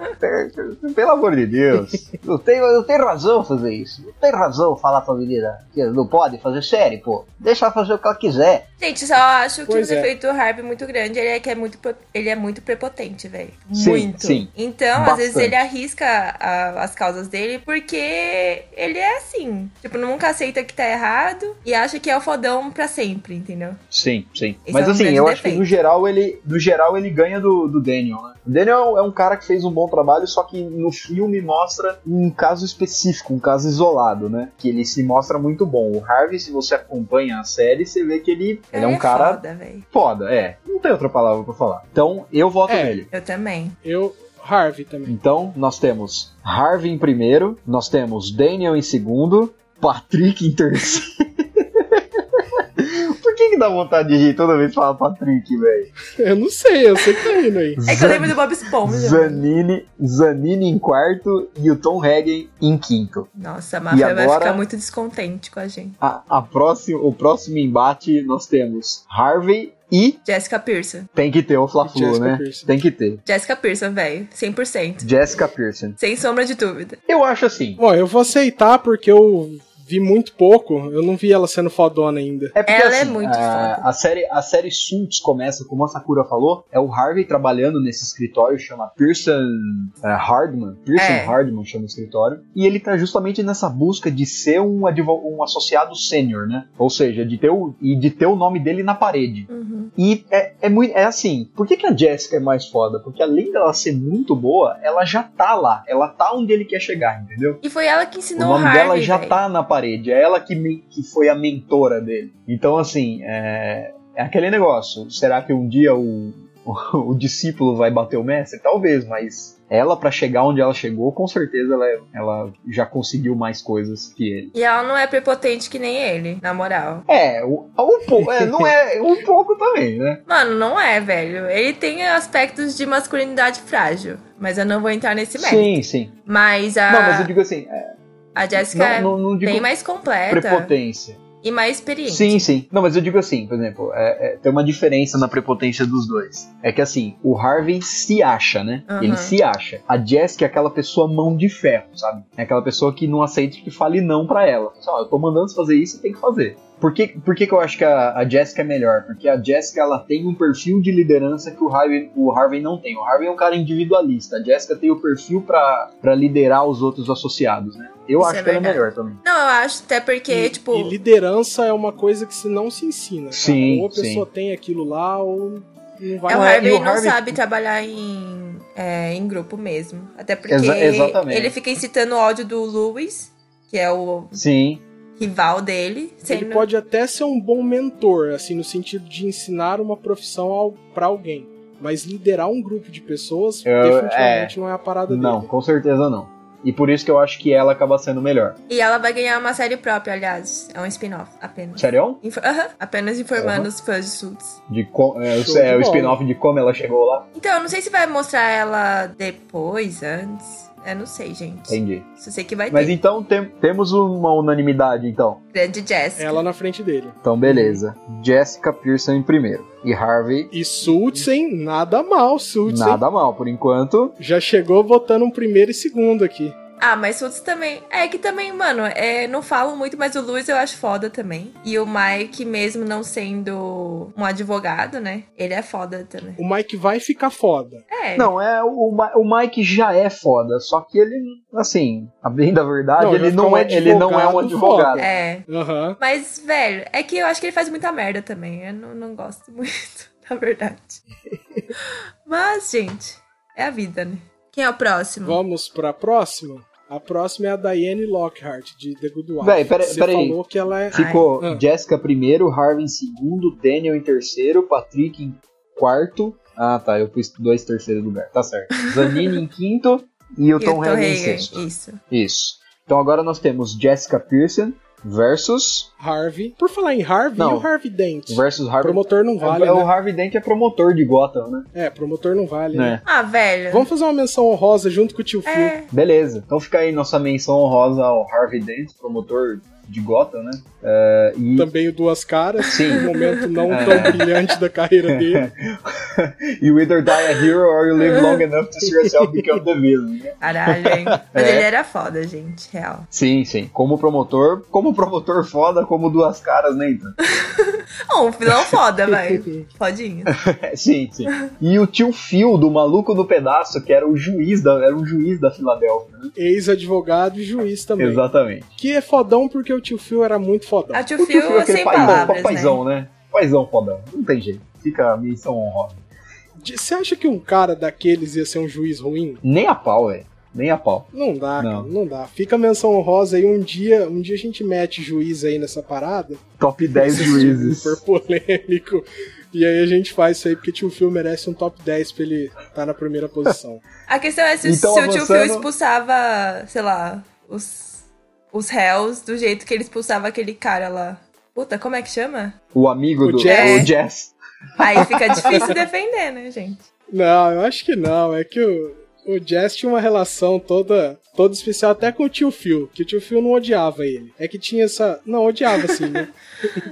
Speaker 1: Pelo amor de Deus. Não tem, não tem razão fazer isso. Não tem razão falar pra menina que não pode fazer série, pô. Deixa ela fazer o que ela quiser.
Speaker 3: Gente, só acho que
Speaker 2: Pois
Speaker 3: o
Speaker 2: é.
Speaker 3: defeito do Harvey muito grande ele é que é muito, pro- ele é muito prepotente, velho.
Speaker 1: Sim,
Speaker 3: Muito.
Speaker 1: sim.
Speaker 3: Então, às vezes
Speaker 1: Bastante.
Speaker 3: ele arrisca a- as causas dele porque ele é assim. Tipo, nunca aceita que tá errado e acha que é o fodão pra sempre, entendeu?
Speaker 1: Sim, sim.
Speaker 3: Esse
Speaker 1: Mas
Speaker 3: é um
Speaker 1: assim,
Speaker 3: grande
Speaker 1: eu acho que
Speaker 3: defeito.
Speaker 1: no geral ele, no geral ele ganha do, do Daniel, né? O Daniel é um cara que fez um bom trabalho, só que no filme mostra um caso específico, um caso isolado, né? Que ele se mostra muito bom. O Harvey, se você acompanha a série, você vê que ele, ele é um cara
Speaker 3: foda, velho.
Speaker 1: foda, é. Não tem outra palavra pra falar. Então, eu voto
Speaker 2: É.
Speaker 1: nele.
Speaker 3: Eu também.
Speaker 2: Eu, Harvey também.
Speaker 1: Então, nós temos Harvey em primeiro, nós temos Daniel em segundo, Patrick em terceiro. Por que, que dá vontade de rir toda vez que fala Patrick, velho?
Speaker 2: Eu não sei, eu sei que tá indo aí.
Speaker 3: É que eu lembro do Bob Esponja.
Speaker 1: Zanini, Zanini em quarto e o Tom Hagen em quinto.
Speaker 3: Nossa, a máfia vai
Speaker 1: agora-
Speaker 3: ficar muito descontente com a gente.
Speaker 1: A, a próxima, o próximo embate nós temos Harvey e
Speaker 3: Jessica Pearson.
Speaker 1: tem que ter o Fla-Flu,
Speaker 2: Jessica
Speaker 1: né?
Speaker 2: Pearson.
Speaker 1: Tem que ter.
Speaker 3: Jessica Pearson, velho. 100%.
Speaker 1: Jessica Pearson.
Speaker 3: Sem sombra de dúvida.
Speaker 1: Eu acho assim.
Speaker 2: Bom, eu vou aceitar porque eu vi muito pouco, eu não vi ela sendo fodona ainda.
Speaker 1: É porque,
Speaker 3: Ela é
Speaker 1: assim,
Speaker 3: muito foda.
Speaker 1: a, a série A série Suits começa, como a Sakura falou, é o Harvey trabalhando nesse escritório, chama Pearson eh, Hardman. Pearson
Speaker 3: É.
Speaker 1: Hardman chama o escritório. E ele tá justamente nessa busca de ser um, advo- um associado sênior, né? Ou seja, de ter o, e de ter o nome dele na parede.
Speaker 3: Uhum.
Speaker 1: E é, é muito. É assim, por que, que a Jessica é mais foda? Porque além dela ser muito boa, ela já tá lá. Ela tá onde ele quer chegar, entendeu?
Speaker 3: E foi ela
Speaker 1: O
Speaker 3: que ensinou
Speaker 1: nome
Speaker 3: Harvey,
Speaker 1: dela já
Speaker 3: véi.
Speaker 1: tá na parede. É ela que, me- que foi a mentora dele. Então, assim, é, é aquele negócio. Será que um dia o, o, discípulo vai bater o mestre? Talvez, mas ela, pra chegar onde ela chegou, com certeza ela, é- ela já conseguiu mais coisas que ele.
Speaker 3: E ela não é prepotente que nem ele, na moral.
Speaker 1: É, um, um pouco. É, não é um pouco também, né?
Speaker 3: Mano, não é, velho. Ele tem aspectos de masculinidade frágil. Mas eu não vou entrar nesse mérito.
Speaker 1: Sim, sim.
Speaker 3: Mas a,
Speaker 1: Não, mas eu digo assim, é,
Speaker 3: a Jessica
Speaker 1: não, não, não
Speaker 3: é
Speaker 1: digo
Speaker 3: bem mais completa
Speaker 1: prepotência.
Speaker 3: e mais experiente.
Speaker 1: Sim, sim. Não, mas eu digo assim, por exemplo, é- é, tem uma diferença na prepotência dos dois. É que assim, o Harvey se acha, né?
Speaker 3: Aham.
Speaker 1: Ele se acha. A Jessica é aquela pessoa mão de ferro, sabe? É aquela pessoa que não aceita que fale não pra ela. Fala assim, ó, eu tô mandando você fazer isso, você tem que fazer. Por que, por que, que eu acho que a, a Jessica é melhor? Porque a Jessica ela tem um perfil de liderança que o Harvey, o Harvey não tem. O Harvey é um cara individualista. A Jessica tem o perfil pra pra liderar os outros associados, né? Eu
Speaker 3: Isso
Speaker 1: acho
Speaker 3: é
Speaker 1: que ela é
Speaker 3: verdade.
Speaker 1: melhor também.
Speaker 3: Não, eu acho até porque,
Speaker 2: e,
Speaker 3: tipo...
Speaker 2: e liderança é uma coisa que se não se ensina. cara.
Speaker 1: Sim,
Speaker 2: Ou a pessoa tem aquilo lá, ou não vai
Speaker 3: É, o
Speaker 1: Não, é-
Speaker 2: lá.
Speaker 1: e
Speaker 3: Harvey
Speaker 1: o
Speaker 3: não
Speaker 1: Harvey-
Speaker 3: sabe trabalhar em, é, em grupo mesmo. Até porque
Speaker 1: Exa- exatamente.
Speaker 3: ele fica incitando o ódio do Lewis, que é o
Speaker 1: Sim.
Speaker 3: rival dele.
Speaker 2: Ele
Speaker 3: Sendo...
Speaker 2: pode até ser um bom mentor, assim, no sentido de ensinar uma profissão ao, pra alguém. Mas liderar um grupo de pessoas
Speaker 1: Eu-
Speaker 2: definitivamente não é a parada
Speaker 1: Não,
Speaker 2: dele.
Speaker 1: com certeza não. E por isso que eu acho que ela acaba sendo melhor.
Speaker 3: E ela vai ganhar uma série própria, aliás. É um spin-off, apenas.
Speaker 1: Sério?
Speaker 3: Inf- Aham, apenas informando
Speaker 1: Aham.
Speaker 3: os fãs de Suits.
Speaker 1: De co- é,
Speaker 2: Show
Speaker 1: o, é,
Speaker 2: de
Speaker 1: o
Speaker 2: bola.
Speaker 1: spin-off de como ela chegou lá.
Speaker 3: Então, eu não sei se vai mostrar ela depois, antes. Eu não sei, gente.
Speaker 1: Entendi.
Speaker 3: Só sei que vai
Speaker 1: Mas
Speaker 3: ter.
Speaker 1: então tem- temos uma unanimidade, então.
Speaker 3: Grande Jessica.
Speaker 2: Ela na frente dele.
Speaker 1: Então, beleza. Jessica Pearson em primeiro. E Harvey,
Speaker 2: E Sultzen, nada mal, Sultzen.
Speaker 1: nada mal, por enquanto.
Speaker 2: Já chegou botando um primeiro e segundo aqui.
Speaker 3: Ah, mas Suits também. É que também, mano, é, não falo muito, mas o Luiz eu acho foda também. E o Mike, mesmo não sendo um advogado, né? Ele é foda também.
Speaker 2: O Mike vai ficar foda.
Speaker 3: É.
Speaker 1: Não, é o, Ma- o Mike já é foda, só que ele, assim, a bem da verdade,
Speaker 2: Não,
Speaker 1: ele,
Speaker 2: ele vai
Speaker 1: não é,
Speaker 2: ficar um
Speaker 1: ele não é um
Speaker 2: advogado foda.
Speaker 1: advogado.
Speaker 3: É.
Speaker 2: Aham.
Speaker 3: Mas, velho, é que eu acho que ele faz muita merda também. Eu não, não gosto muito, na verdade. mas, gente, é a vida, né? Quem é o próximo?
Speaker 2: Vamos pra próxima? A próxima é a Diane Lockhart, de The Good Wife.
Speaker 1: Véi, pera-
Speaker 2: Você
Speaker 1: pera aí.
Speaker 2: falou que ela é...
Speaker 1: Ficou
Speaker 2: Ai, ah.
Speaker 1: Jessica primeiro, Harvey em segundo, Daniel em terceiro, Patrick em quarto. Ah, tá. Eu pus dois terceiro lugar. Tá certo. Zanini em quinto e o
Speaker 3: E o
Speaker 1: Tom Hanks em
Speaker 3: Hagen,
Speaker 1: sexto.
Speaker 3: Isso.
Speaker 1: Isso. Então agora nós temos Jessica Pearson versus
Speaker 2: Harvey. Por falar em Harvey,
Speaker 1: Não.
Speaker 2: e o Harvey Dent?
Speaker 1: versus Harvey.
Speaker 2: Promotor não vale,
Speaker 1: É, o
Speaker 2: né?
Speaker 1: Harvey Dent é promotor de Gotham, né?
Speaker 2: É, promotor não vale, né?
Speaker 1: É.
Speaker 3: Ah, velho.
Speaker 2: Vamos fazer uma menção honrosa junto com o tio Phil.
Speaker 3: É,
Speaker 1: Beleza. Então fica aí nossa menção honrosa ao Harvey Dent, promotor de Gotham, né? É, e
Speaker 2: Também o Duas Caras,
Speaker 1: Sim.
Speaker 2: um momento não
Speaker 1: É.
Speaker 2: tão brilhante da carreira dele.
Speaker 1: You either die a hero or you live long enough to see yourself become the villain. né?
Speaker 3: caralho, hein? Mas
Speaker 1: É.
Speaker 3: ele era foda, gente, real.
Speaker 1: Sim, sim. Como promotor, como promotor foda, como duas caras, né? Então.
Speaker 3: Oh, um vilão foda, velho. Fodinho.
Speaker 1: É, sim, sim. E o tio Phil, do maluco do pedaço, que era o juiz da, era um juiz da Filadélfia. né?
Speaker 2: Ex-advogado e juiz também.
Speaker 1: Exatamente.
Speaker 2: Que é fodão porque o tio Phil era muito fodão.
Speaker 3: A tio
Speaker 1: O tio
Speaker 3: Phil, sem
Speaker 1: é paizão,
Speaker 3: palavras, né?
Speaker 1: paizão, né? Paizão fodão. Não tem jeito. Fica a menção honrosa.
Speaker 2: De- Você acha que um cara daqueles ia ser um juiz ruim?
Speaker 1: Nem a pau, velho. Nem a pau.
Speaker 2: Não dá,
Speaker 1: Não.
Speaker 2: cara, não dá. Fica a menção honrosa aí, um dia, um dia a gente mete juiz aí nessa parada.
Speaker 1: Top 10
Speaker 2: Se
Speaker 1: juízes.
Speaker 2: for polêmico. E aí a gente faz isso aí, porque tio Phil merece um top 10 pra ele estar na primeira posição.
Speaker 3: A questão é se,
Speaker 1: Então,
Speaker 3: se o tio Phil
Speaker 1: avançando-
Speaker 3: expulsava, sei lá, os, os réus do jeito que ele expulsava aquele cara lá. Puta, como é que chama?
Speaker 1: O amigo
Speaker 2: O
Speaker 1: do
Speaker 3: Jazz.
Speaker 1: o Jazz.
Speaker 3: Aí fica difícil defender, né, gente?
Speaker 2: Não, eu acho que não. É que o, o Jazz tinha uma relação toda toda especial, até com o tio Phil, que o tio Phil não odiava ele. É que tinha essa. Não, odiava sim, né?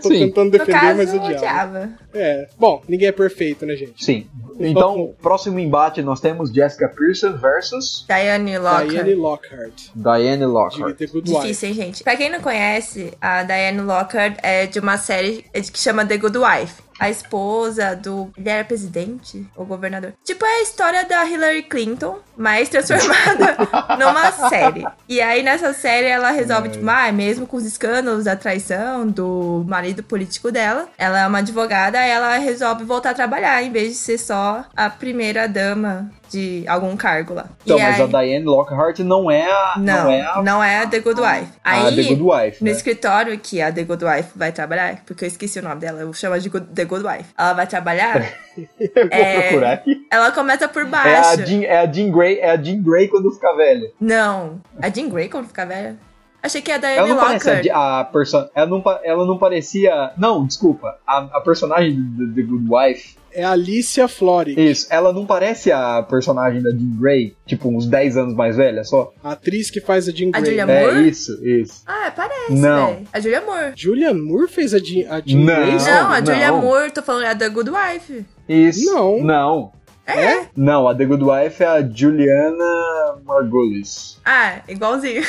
Speaker 2: Tô
Speaker 1: Sim.
Speaker 2: tentando
Speaker 3: No
Speaker 2: defender,
Speaker 3: caso,
Speaker 2: mas
Speaker 3: eu
Speaker 2: odiava.
Speaker 3: odiava.
Speaker 2: É. Bom, ninguém é perfeito, né, gente?
Speaker 1: Sim. Então, próximo embate nós temos Jessica Pearson versus
Speaker 3: Diane
Speaker 2: Diane
Speaker 3: Lockhart.
Speaker 2: Lockhart.
Speaker 1: Diane
Speaker 2: De
Speaker 1: Lockhart.
Speaker 2: The Good Wife.
Speaker 3: Difícil, hein, gente? Pra quem não conhece, a Diane Lockhart é de uma série que chama The Good Wife. A esposa do. Ele era presidente? Ou governador? Tipo, é a história da Hillary Clinton, mas transformada numa série. E aí, nessa série, ela resolve, tipo, ah, mesmo com os escândalos da traição do marido político dela, ela é uma advogada, aí ela resolve voltar a trabalhar, em vez de ser só a primeira dama de algum cargo lá.
Speaker 1: Então,
Speaker 3: E
Speaker 1: mas
Speaker 3: aí-
Speaker 1: a Diane Lockhart não é a. Não,
Speaker 3: não,
Speaker 1: é a, Ah,
Speaker 3: não é a The Good Wife. Aí,
Speaker 1: a The Good Wife.
Speaker 3: no
Speaker 1: Né?
Speaker 3: escritório que a The Good Wife vai trabalhar, porque eu esqueci o nome dela, eu chamo ela de Good- The Good Wife. Ela vai trabalhar,
Speaker 1: Eu vou
Speaker 3: é,
Speaker 1: procurar aqui.
Speaker 3: ela começa por
Speaker 1: É a,
Speaker 3: baixo.
Speaker 1: Jean, é a Jean Grey, é a Jean Grey quando fica velha.
Speaker 3: Não, a Jean Grey quando fica velha? Achei que é a
Speaker 1: Ela
Speaker 3: Diane
Speaker 1: não parece a,
Speaker 3: Lockhart.
Speaker 1: Jean- a perso- ela não pa- ela não parecia, não, desculpa, a, a personagem do The Good Wife.
Speaker 2: É a Alicia Florey,
Speaker 1: Isso, ela não parece a personagem da Jean Grey, tipo uns 10 anos mais velha só.
Speaker 2: a atriz que faz a Jean
Speaker 3: A
Speaker 2: Grey.
Speaker 3: Julia
Speaker 1: É
Speaker 3: Moore?
Speaker 1: isso, isso.
Speaker 3: Ah, parece,
Speaker 1: Não.
Speaker 3: velho. A Julia Moore.
Speaker 2: Julian Moore fez a Jean, a Jean
Speaker 1: Não.
Speaker 2: Grey?
Speaker 3: Não, a Julia
Speaker 1: não.
Speaker 3: Moore, tô falando, é a The Good Wife.
Speaker 1: Isso.
Speaker 2: Não.
Speaker 1: Não. Né?
Speaker 2: É?
Speaker 1: Não, a The Good Wife é a Juliana Margulis.
Speaker 3: Ah, igualzinho.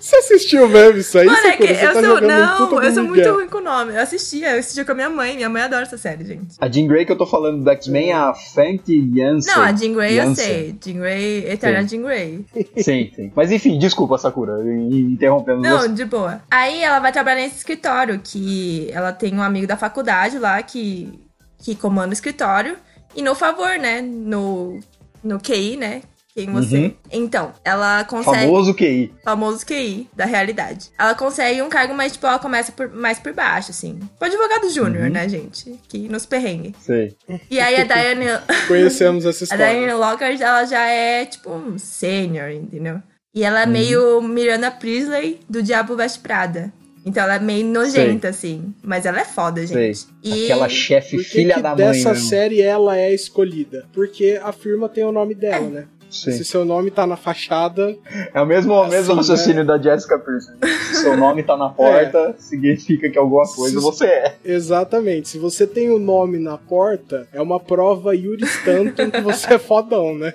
Speaker 2: Você assistiu mesmo isso aí?
Speaker 3: Mano,
Speaker 2: Você
Speaker 3: é que
Speaker 2: você tá
Speaker 3: eu sou.
Speaker 2: jogando tudo
Speaker 3: Não, eu
Speaker 2: no Miguel.
Speaker 3: sou muito ruim com o nome. Eu assistia, eu assistia com a minha mãe. Minha mãe adora essa série, gente.
Speaker 1: A Jean Grey que eu tô falando do X-Men é a Fenty Jansen.
Speaker 3: Não, a Jean Grey eu
Speaker 1: Jansen.
Speaker 3: sei. Jean Grey, Eterna Jean Grey.
Speaker 1: Sim, sim. Mas enfim, desculpa, Sakura, in- interrompendo
Speaker 3: Não,
Speaker 1: você.
Speaker 3: de boa. Aí ela vai trabalhar nesse escritório, que ela tem um amigo da faculdade lá que, que comanda o escritório. E no favor, né? No, no QI, né? Quem você.
Speaker 1: Uhum.
Speaker 3: Então, ela consegue.
Speaker 1: Famoso QI.
Speaker 3: famoso QI da realidade. Ela consegue um cargo, mas, tipo, ela começa por- mais por baixo, assim. Tipo, advogado júnior,
Speaker 1: Uhum.
Speaker 3: né, gente? Que nos perrengue.
Speaker 1: Sei.
Speaker 3: E aí a Diane.
Speaker 2: Conhecemos essa
Speaker 3: A
Speaker 2: história.
Speaker 3: Diane Lockhart, ela já é tipo um sênior, entendeu? E ela é
Speaker 2: Uhum.
Speaker 3: meio Miranda Priestley do Diabo Veste Prada. Então ela é meio nojenta, assim. Mas ela é foda,
Speaker 1: Sei.
Speaker 3: gente. E...
Speaker 1: Aquela chefe
Speaker 2: Por que
Speaker 1: filha
Speaker 2: que
Speaker 1: da mãe.
Speaker 2: dessa
Speaker 1: né?
Speaker 2: série ela é escolhida? Porque a firma tem o nome dela, né?
Speaker 1: Sim.
Speaker 2: Se seu nome tá na fachada,
Speaker 1: É o mesmo, o mesmo
Speaker 2: Assim,
Speaker 1: raciocínio da Jessica Pearson. Seu nome tá na
Speaker 2: É.
Speaker 1: porta, significa que alguma coisa
Speaker 2: Se-
Speaker 1: você é.
Speaker 2: exatamente. Se você tem o nome na porta, é uma prova Yuri Stanton que você é fodão, né?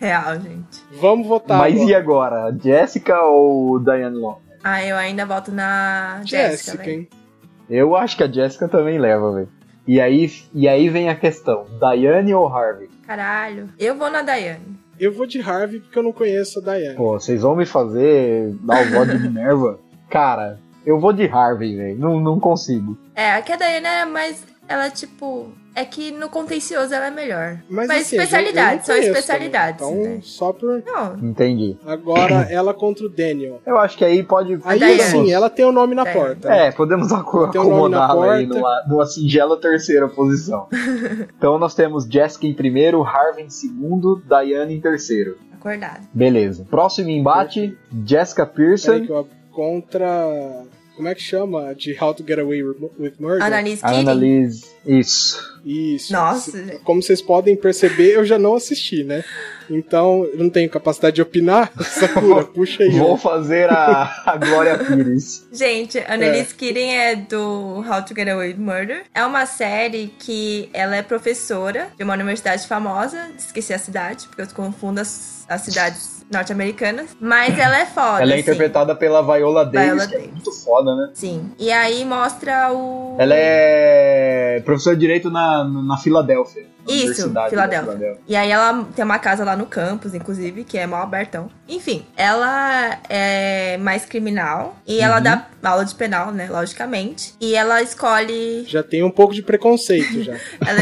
Speaker 3: Real, gente.
Speaker 2: Vamos votar.
Speaker 1: Mas
Speaker 2: agora.
Speaker 1: e agora? Jessica ou Diane Long?
Speaker 3: Ah, eu ainda volto na Jessica,
Speaker 2: Jessica,
Speaker 3: velho.
Speaker 2: hein?
Speaker 1: Eu acho que a Jessica também leva, velho. E aí, e aí vem a questão: Diane ou Harvey?
Speaker 3: Caralho. Eu vou na Diane.
Speaker 2: Eu vou de Harvey porque eu não conheço a Diane.
Speaker 1: Pô, vocês vão me fazer dar o voto de Minerva? Cara, eu vou de Harvey, velho. Não, não consigo.
Speaker 3: É, aqui a Diane é mais. Ela é tipo. É que no contencioso ela é melhor.
Speaker 2: Mas,
Speaker 3: Mas,
Speaker 2: assim, eu- eu não
Speaker 3: especialidades, são
Speaker 2: conheço
Speaker 3: especialidades.
Speaker 2: também. Então,
Speaker 3: né?
Speaker 2: só por.
Speaker 3: Não,
Speaker 1: Entendi.
Speaker 2: Agora, ela contra o Daniel.
Speaker 1: Eu acho que aí pode.
Speaker 2: Aí
Speaker 3: Diana.
Speaker 2: sim, ela tem o nome na
Speaker 3: Diana.
Speaker 2: porta.
Speaker 1: É, podemos aco-
Speaker 2: Tem um nome na
Speaker 1: acomodá-la aí
Speaker 2: porta.
Speaker 1: numa, numa singela terceira posição. então nós temos Jessica em primeiro, Harvey em segundo, Diane em terceiro.
Speaker 3: acordado.
Speaker 1: Beleza. Próximo embate, Jessica
Speaker 2: Peraí
Speaker 1: Pearson,
Speaker 2: que eu ab- contra. Como é que chama? De How to Get Away with Murder?
Speaker 3: Analise Keating.
Speaker 1: Annalise. Isso.
Speaker 2: Isso.
Speaker 3: Nossa,
Speaker 2: Se-
Speaker 3: gente.
Speaker 2: Como vocês podem perceber, eu já não assisti, né? Então, eu não tenho capacidade de opinar. Sakura, puxa aí.
Speaker 1: Vou fazer a, a Glória Pires.
Speaker 3: Gente, Annalise Keating é do How to Get Away with Murder. É uma série que ela é professora de uma universidade famosa. Esqueci a cidade, porque eu confundo as, as cidades norte-americanas. Mas ela é foda,
Speaker 1: Ela é
Speaker 3: assim.
Speaker 1: interpretada pela Viola Davis,
Speaker 3: Viola
Speaker 1: que é
Speaker 3: Davis.
Speaker 1: muito foda, né?
Speaker 3: Sim. E aí mostra o...
Speaker 1: Ela é professora de direito na, na Filadélfia. na
Speaker 3: Isso,
Speaker 1: Universidade é da
Speaker 3: Filadélfia. E aí ela tem uma casa lá no campus, inclusive, que é mal abertão. Enfim, ela é mais criminal e
Speaker 1: Uhum.
Speaker 3: ela dá aula de penal, né, logicamente. E ela escolhe,
Speaker 2: Já tem um pouco de preconceito já.
Speaker 3: ela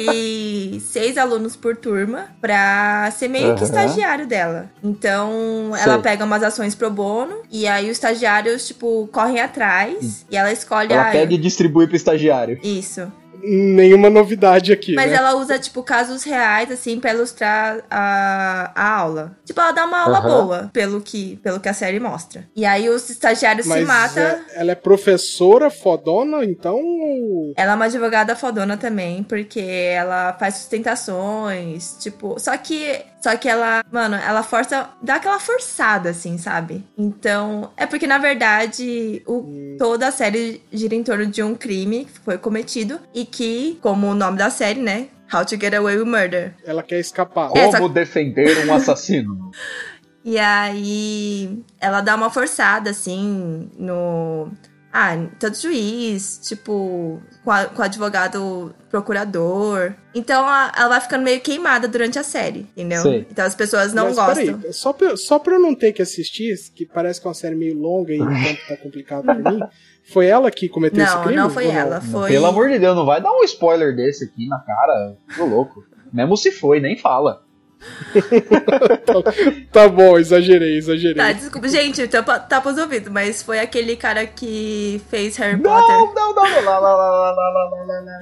Speaker 3: escolhe seis alunos por turma pra ser meio que
Speaker 1: Aham.
Speaker 3: estagiário dela. Então, ela
Speaker 1: Sei.
Speaker 3: pega umas ações pro bono e aí os estagiários tipo correm atrás e ela escolhe
Speaker 1: Hum. Ela
Speaker 3: ah,
Speaker 1: pega e distribui pro estagiário.
Speaker 3: isso.
Speaker 2: Nenhuma novidade aqui,
Speaker 3: Mas
Speaker 2: né?
Speaker 3: ela usa, tipo, casos reais, assim, pra ilustrar a, a aula. Tipo, ela dá uma aula
Speaker 1: Aham.
Speaker 3: boa, pelo que, pelo que a série mostra. E aí os estagiários se matam.
Speaker 2: é- ela é professora fodona, então. ou-
Speaker 3: Ela é uma advogada fodona também, porque ela faz sustentações, tipo, só que só que ela, mano, ela força, dá aquela forçada assim, sabe? Então, é porque na verdade, o, toda a série gira em torno de um crime que foi cometido e que, como o nome da série, né? How to Get Away with Murder.
Speaker 2: Ela quer escapar.
Speaker 3: É,
Speaker 1: Como defender um assassino?
Speaker 3: E aí ela dá uma forçada, assim, no. Ah, tanto juiz, tipo, com, a- com o advogado procurador. Então a- ela vai ficando meio queimada durante a série, entendeu?
Speaker 1: Sei.
Speaker 3: Então as pessoas não
Speaker 2: Mas,
Speaker 3: gostam.
Speaker 2: pperaí, só, pra, eu- só pra eu não ter que assistir, que parece que é uma série meio longa e o tempo tá complicado pra mim, foi ela que cometeu esse
Speaker 3: não,
Speaker 2: crime?
Speaker 3: não foi
Speaker 2: ou
Speaker 3: ela, foi.
Speaker 1: Pelo amor de Deus, não vai dar um spoiler desse aqui na cara. Tô louco. Mesmo se foi, nem fala.
Speaker 2: Tá bom, exagerei, exagerei.
Speaker 3: Tá, desculpa. Gente, tapa, tapa os ouvidos, mas foi aquele cara que fez Harry Potter.
Speaker 1: Não, não, não, não. Lá, lá, lá, lá, lá, lá, lá, lá, lá.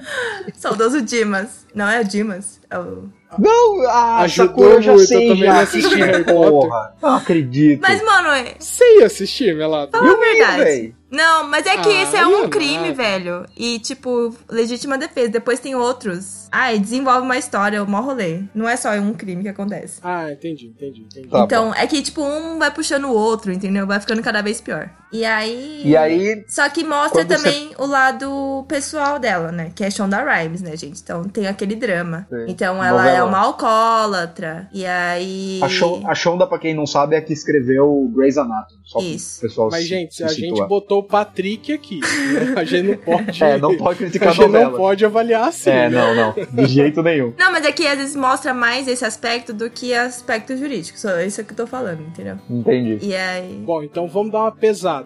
Speaker 3: Saudoso Dimas. Não é o Dimas, é o.
Speaker 1: Não, ah,
Speaker 2: Ajudou
Speaker 1: Sakura, eu já
Speaker 2: muito, eu
Speaker 1: sei
Speaker 2: também
Speaker 1: já.
Speaker 2: não assisti Harry Potter.
Speaker 1: Porra, não acredito.
Speaker 3: Mas, mano, é-
Speaker 2: Você ia assistir, Melato?
Speaker 3: Fala a
Speaker 1: vi,
Speaker 3: verdade.
Speaker 1: véi.
Speaker 3: Não, mas é que
Speaker 2: Ah,
Speaker 3: esse é
Speaker 2: eu
Speaker 3: um
Speaker 2: não.
Speaker 3: crime,
Speaker 1: né?
Speaker 3: velho. E, tipo, legítima defesa. Depois tem outros. Ah, e desenvolve uma história, o maior rolê. Não é só um crime que acontece.
Speaker 2: Ah, entendi, entendi, entendi.
Speaker 1: Tá.
Speaker 3: então, é que, tipo, um vai puxando o outro, entendeu? Vai ficando cada vez pior. E aí.
Speaker 1: E aí,
Speaker 3: Só que mostra
Speaker 1: Quando você-
Speaker 3: também o lado pessoal dela, né? Que é Shonda Rhimes, né, gente? Então tem aquele drama.
Speaker 1: Sim.
Speaker 3: Então ela é
Speaker 1: Novela.
Speaker 3: uma alcoólatra. E aí.
Speaker 1: a, Shon- a Shonda, pra quem não sabe, é a que escreveu Grey's Anatomy. Só pro
Speaker 3: Isso.
Speaker 1: pessoal
Speaker 2: Mas,
Speaker 1: se-
Speaker 2: gente,
Speaker 1: se
Speaker 2: a
Speaker 1: situar.
Speaker 2: gente botou o Patrick aqui. né? A gente não pode.
Speaker 1: É, não pode
Speaker 2: a
Speaker 1: criticar a
Speaker 2: gente
Speaker 1: novela.
Speaker 2: não pode avaliar assim.
Speaker 1: É,
Speaker 2: né?
Speaker 1: não, não. De jeito nenhum.
Speaker 3: Não, mas é que às vezes mostra mais esse aspecto do que aspecto jurídico. Só isso é que eu tô falando, entendeu?
Speaker 1: Entendi.
Speaker 3: E aí.
Speaker 2: Bom, então vamos dar uma pesada.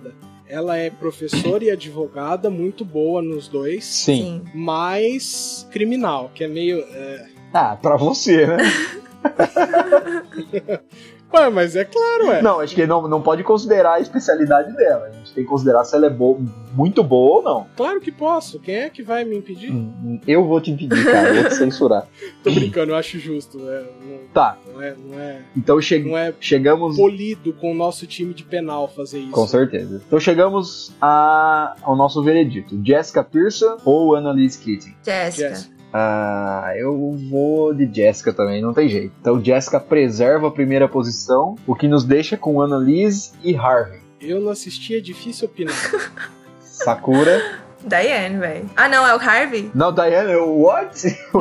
Speaker 2: Ela é professora e advogada, muito boa nos dois,
Speaker 1: Sim.
Speaker 3: Sim.
Speaker 2: mas criminal, que é meio. é,
Speaker 1: Ah, pra você, né?
Speaker 2: Ué, mas é claro, é.
Speaker 1: Não, acho que não, não pode considerar a especialidade dela. A gente tem que considerar se ela é boa, muito boa ou não.
Speaker 2: Claro que posso. Quem é que vai me impedir?
Speaker 1: Hum, Eu vou te impedir, cara. Eu vou te censurar.
Speaker 2: Tô brincando, eu acho justo. né? Não-
Speaker 1: Tá,
Speaker 2: não, é, não, é,
Speaker 1: então che-
Speaker 2: não é
Speaker 1: chegamos.
Speaker 2: polido com o nosso time de penal fazer isso.
Speaker 1: Com certeza. Então chegamos a- ao nosso veredito: Jessica Pearson ou Annalise Keating?
Speaker 3: Jéssica.
Speaker 2: Jéssica.
Speaker 1: Ah, eu vou de Jessica também, não tem jeito. Então Jessica preserva a primeira posição, o que nos deixa com Annalise e Harvey.
Speaker 2: Eu não assisti, é difícil opinar.
Speaker 1: Sakura.
Speaker 3: Diane, velho. Ah, não, é o Harvey?
Speaker 1: Não, Diana, eu- what?
Speaker 3: Não,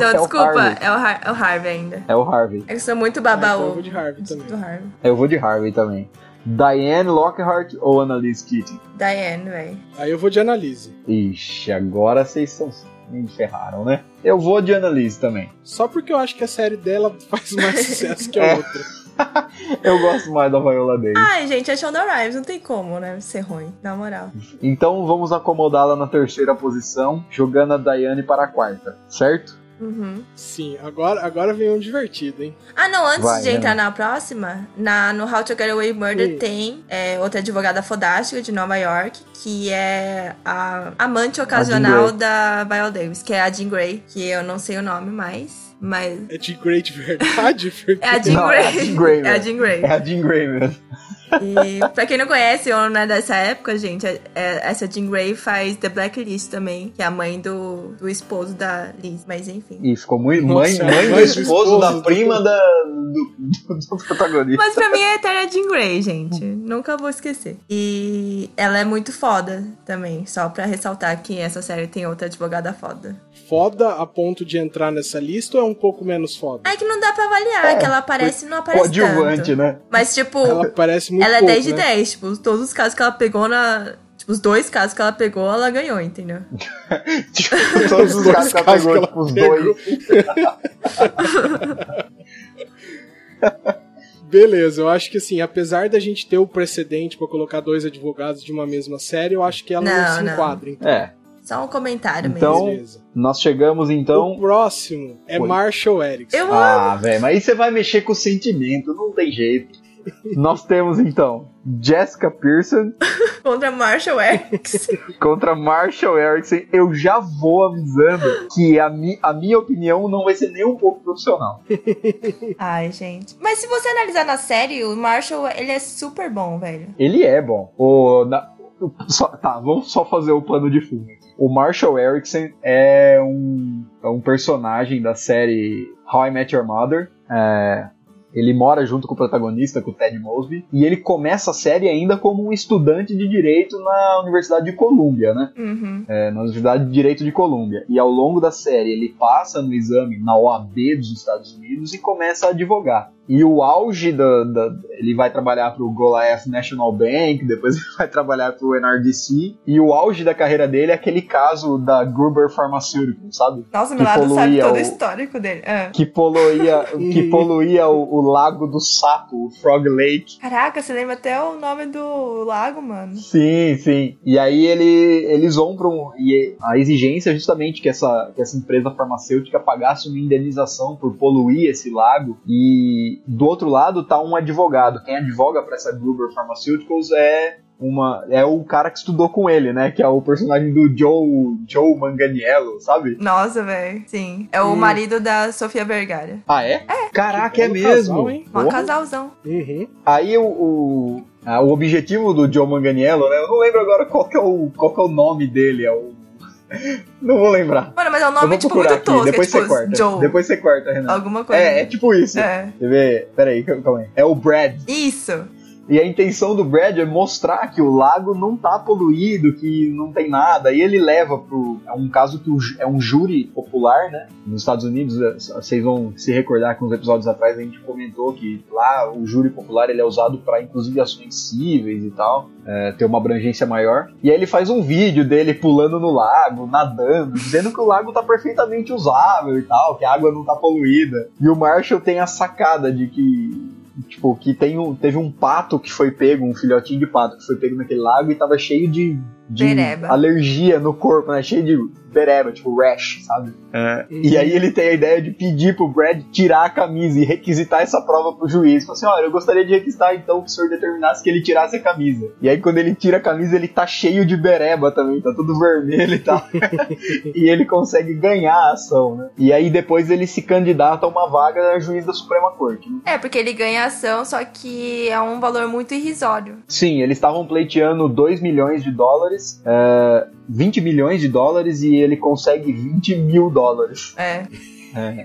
Speaker 1: É o
Speaker 3: desculpa,
Speaker 1: Harvey.
Speaker 3: é o, Har- é o Harvey ainda.
Speaker 1: É o Harvey.
Speaker 3: É que eu sou muito
Speaker 2: Ah,
Speaker 3: babaú.
Speaker 2: então eu vou de Harvey
Speaker 3: do
Speaker 2: também.
Speaker 3: Harvey.
Speaker 1: Eu vou de Harvey também. Diane Lockhart ou Annalise Keating?
Speaker 3: Diane, velho.
Speaker 2: Aí eu vou de analise.
Speaker 1: Ixi, agora vocês estão me ferraram, né? Eu vou de Annalise também.
Speaker 2: Só porque eu acho que a série dela faz mais sucesso que a
Speaker 1: É.
Speaker 2: outra.
Speaker 1: Eu gosto mais da Viola Davis.
Speaker 3: Ai, gente, é Shonda Rhimes, não tem como, né? Ser ruim, na moral.
Speaker 1: Então vamos acomodá-la na terceira posição, jogando a Dayane para a quarta, certo?
Speaker 3: Uhum.
Speaker 2: Sim, agora, agora vem um divertido, hein?
Speaker 3: Ah, não, antes
Speaker 1: Vai,
Speaker 3: de entrar
Speaker 1: Ana.
Speaker 3: na próxima, na, no How to Get Away with Murder
Speaker 2: Hum.
Speaker 3: tem é, outra advogada fodástica de Nova York, que é a amante ocasional
Speaker 1: Grey.
Speaker 3: da Viola Davis, que é a Jean Grey, que eu não sei o nome mais, mas...
Speaker 2: É de Great Verdade? porque-
Speaker 3: É a Jean
Speaker 1: Não,
Speaker 3: Grey.
Speaker 1: é a Jean Grey,
Speaker 3: É a
Speaker 1: né?
Speaker 3: Jean Grey.
Speaker 1: É a Jean Grey mesmo.
Speaker 3: E pra quem não conhece ou não é dessa época, gente, é- é- essa Jean Grey faz The Blacklist também, que é a mãe do, do esposo da Liz, mas enfim.
Speaker 1: E ficou muito.
Speaker 2: Nossa,
Speaker 1: Mãe, mãe do
Speaker 2: mas o
Speaker 1: esposo, da
Speaker 2: esposo do-
Speaker 1: prima da, do, do- do protagonista.
Speaker 3: Mas pra mim é eterna Jean Grey, gente. Nunca vou esquecer. E ela é muito foda também. Só pra ressaltar que essa série tem outra advogada foda.
Speaker 2: Foda a ponto de entrar nessa lista ou é um pouco menos foda?
Speaker 3: É que não dá pra avaliar, que ela aparece e não aparece
Speaker 1: É, Coadjuvante,
Speaker 3: tanto.
Speaker 1: né?
Speaker 3: Mas, tipo,
Speaker 2: Ela parece muito
Speaker 3: ela é
Speaker 2: pouco,
Speaker 3: 10 de
Speaker 2: né?
Speaker 3: 10. Tipo, todos os casos que ela pegou na... Tipo, os dois casos que ela pegou, ela ganhou, entendeu?
Speaker 1: Tipo, todos os caras
Speaker 2: dois
Speaker 1: que ela
Speaker 2: caras que
Speaker 1: pegou,
Speaker 2: ela
Speaker 1: tipo, os
Speaker 2: pegou.
Speaker 1: dois.
Speaker 2: Beleza, eu acho que assim, apesar da gente ter o precedente pra colocar dois advogados de uma mesma série, eu acho que ela não,
Speaker 3: Não,
Speaker 2: se
Speaker 3: não.
Speaker 2: enquadra. Então,
Speaker 1: É.
Speaker 3: Só um comentário
Speaker 1: Então,
Speaker 3: mesmo.
Speaker 2: beleza.
Speaker 1: Nós chegamos
Speaker 2: o
Speaker 1: então.
Speaker 2: próximo é
Speaker 1: Oi.
Speaker 2: Marshall Erickson.
Speaker 3: Eu
Speaker 1: Ah, velho, mas aí você vai mexer com o sentimento, não tem jeito. Nós temos então Jessica Pearson
Speaker 3: Contra Marshall Erickson.
Speaker 1: contra Marshall Erickson. Eu já vou avisando que a, mi- a minha opinião não vai ser nem um pouco profissional.
Speaker 3: Ai, gente. Mas se você analisar na série, o Marshall, ele é super bom, velho.
Speaker 1: Ele é bom. O, na- o- só- tá, vamos só fazer o pano de fundo. aqui. O Marshall Erickson é um, é um personagem da série How I Met Your Mother. É, ele mora junto com o protagonista, com o Ted Mosby, e ele começa a série ainda como um estudante de direito na Universidade de Columbia, né?
Speaker 3: Uhum.
Speaker 1: é, na Universidade de Direito de Colômbia. E ao longo da série, ele passa no exame na OAB dos Estados Unidos e começa a advogar. E o auge da. da- ele vai trabalhar para o Goliath National Bank, depois ele vai trabalhar para o NRDC. E o auge da carreira dele é aquele caso da Gruber Pharmaceutical, sabe?
Speaker 3: Nossa,
Speaker 1: Que
Speaker 3: meu lado sabe
Speaker 1: poluía
Speaker 3: todo
Speaker 1: o-
Speaker 3: o histórico dele. Ah.
Speaker 1: Que poluía, que poluía o, o lago do sapo, o Frog Lake.
Speaker 3: Caraca, você lembra até o nome do lago, mano?
Speaker 1: Sim, sim. E aí ele, eles vão para um. E a exigência é justamente que essa, que essa empresa farmacêutica pagasse uma indenização por poluir esse lago. E do outro lado tá um advogado. Quem advoga para essa Gruber Pharmaceuticals é. Uma, é o cara que estudou com ele, né? Que é o personagem do Joe, Joe Manganiello, sabe?
Speaker 3: Nossa, velho. Sim. É o
Speaker 2: Hum.
Speaker 3: marido da Sofia Vergara.
Speaker 1: Ah, é? Caraca,
Speaker 2: Que
Speaker 1: é
Speaker 2: belo
Speaker 1: mesmo!
Speaker 2: casal, hein?
Speaker 3: Um
Speaker 1: Porra.
Speaker 3: casalzão.
Speaker 2: Uhum.
Speaker 1: Aí o, o, ah, o objetivo do Joe Manganiello, né? Eu não lembro agora qual que é o, qual que é o nome dele. É o... não vou lembrar.
Speaker 3: Mano, mas é um
Speaker 1: Eu
Speaker 3: nome,
Speaker 1: vou
Speaker 3: tipo,
Speaker 1: procurar
Speaker 3: muito
Speaker 1: aqui.
Speaker 3: tosco.
Speaker 1: Depois
Speaker 3: é,
Speaker 1: você
Speaker 3: tipo,
Speaker 1: corta.
Speaker 3: Joe.
Speaker 1: Depois você corta, Renan.
Speaker 3: Alguma coisa.
Speaker 1: É, é tipo isso.
Speaker 3: É.
Speaker 1: Quer ver? Peraí, cal- calma aí. É o Brad.
Speaker 3: Isso.
Speaker 1: E a intenção do Brad é mostrar que o lago não tá poluído, que não tem nada. E ele leva pro. É um caso que o ju- é um júri popular, né? Nos Estados Unidos, eh, s- vocês vão se recordar que uns episódios atrás a gente comentou que lá o júri popular ele é usado para inclusive ações cíveis e tal, eh, ter uma abrangência maior. E aí ele faz um vídeo dele pulando no lago, nadando, dizendo que o lago tá perfeitamente usável e tal, que a água não tá poluída. E o Marshall tem a sacada de que Tipo, que tem um, teve um pato que foi pego, um filhotinho de pato que foi pego naquele lago e tava cheio de, de
Speaker 3: Bereba.
Speaker 1: alergia no corpo, né? Cheio de bereba, tipo rash, sabe? E aí ele tem a ideia de pedir pro Brad tirar a camisa e requisitar essa prova pro juiz. Fala assim, olha, eu gostaria de requisitar então que o senhor determinasse que ele tirasse a camisa. E aí quando ele tira a camisa, ele tá cheio de bereba também, tá tudo vermelho e tal. e ele consegue ganhar a ação, né? E aí depois ele se candidata a uma vaga a juiz da Suprema Corte, né?
Speaker 3: É, porque ele ganha ação, só que é um valor muito irrisório.
Speaker 1: Sim, eles estavam pleiteando 2 milhões de dólares, é, 20 milhões de dólares e ele consegue 20 mil dólares.
Speaker 3: É.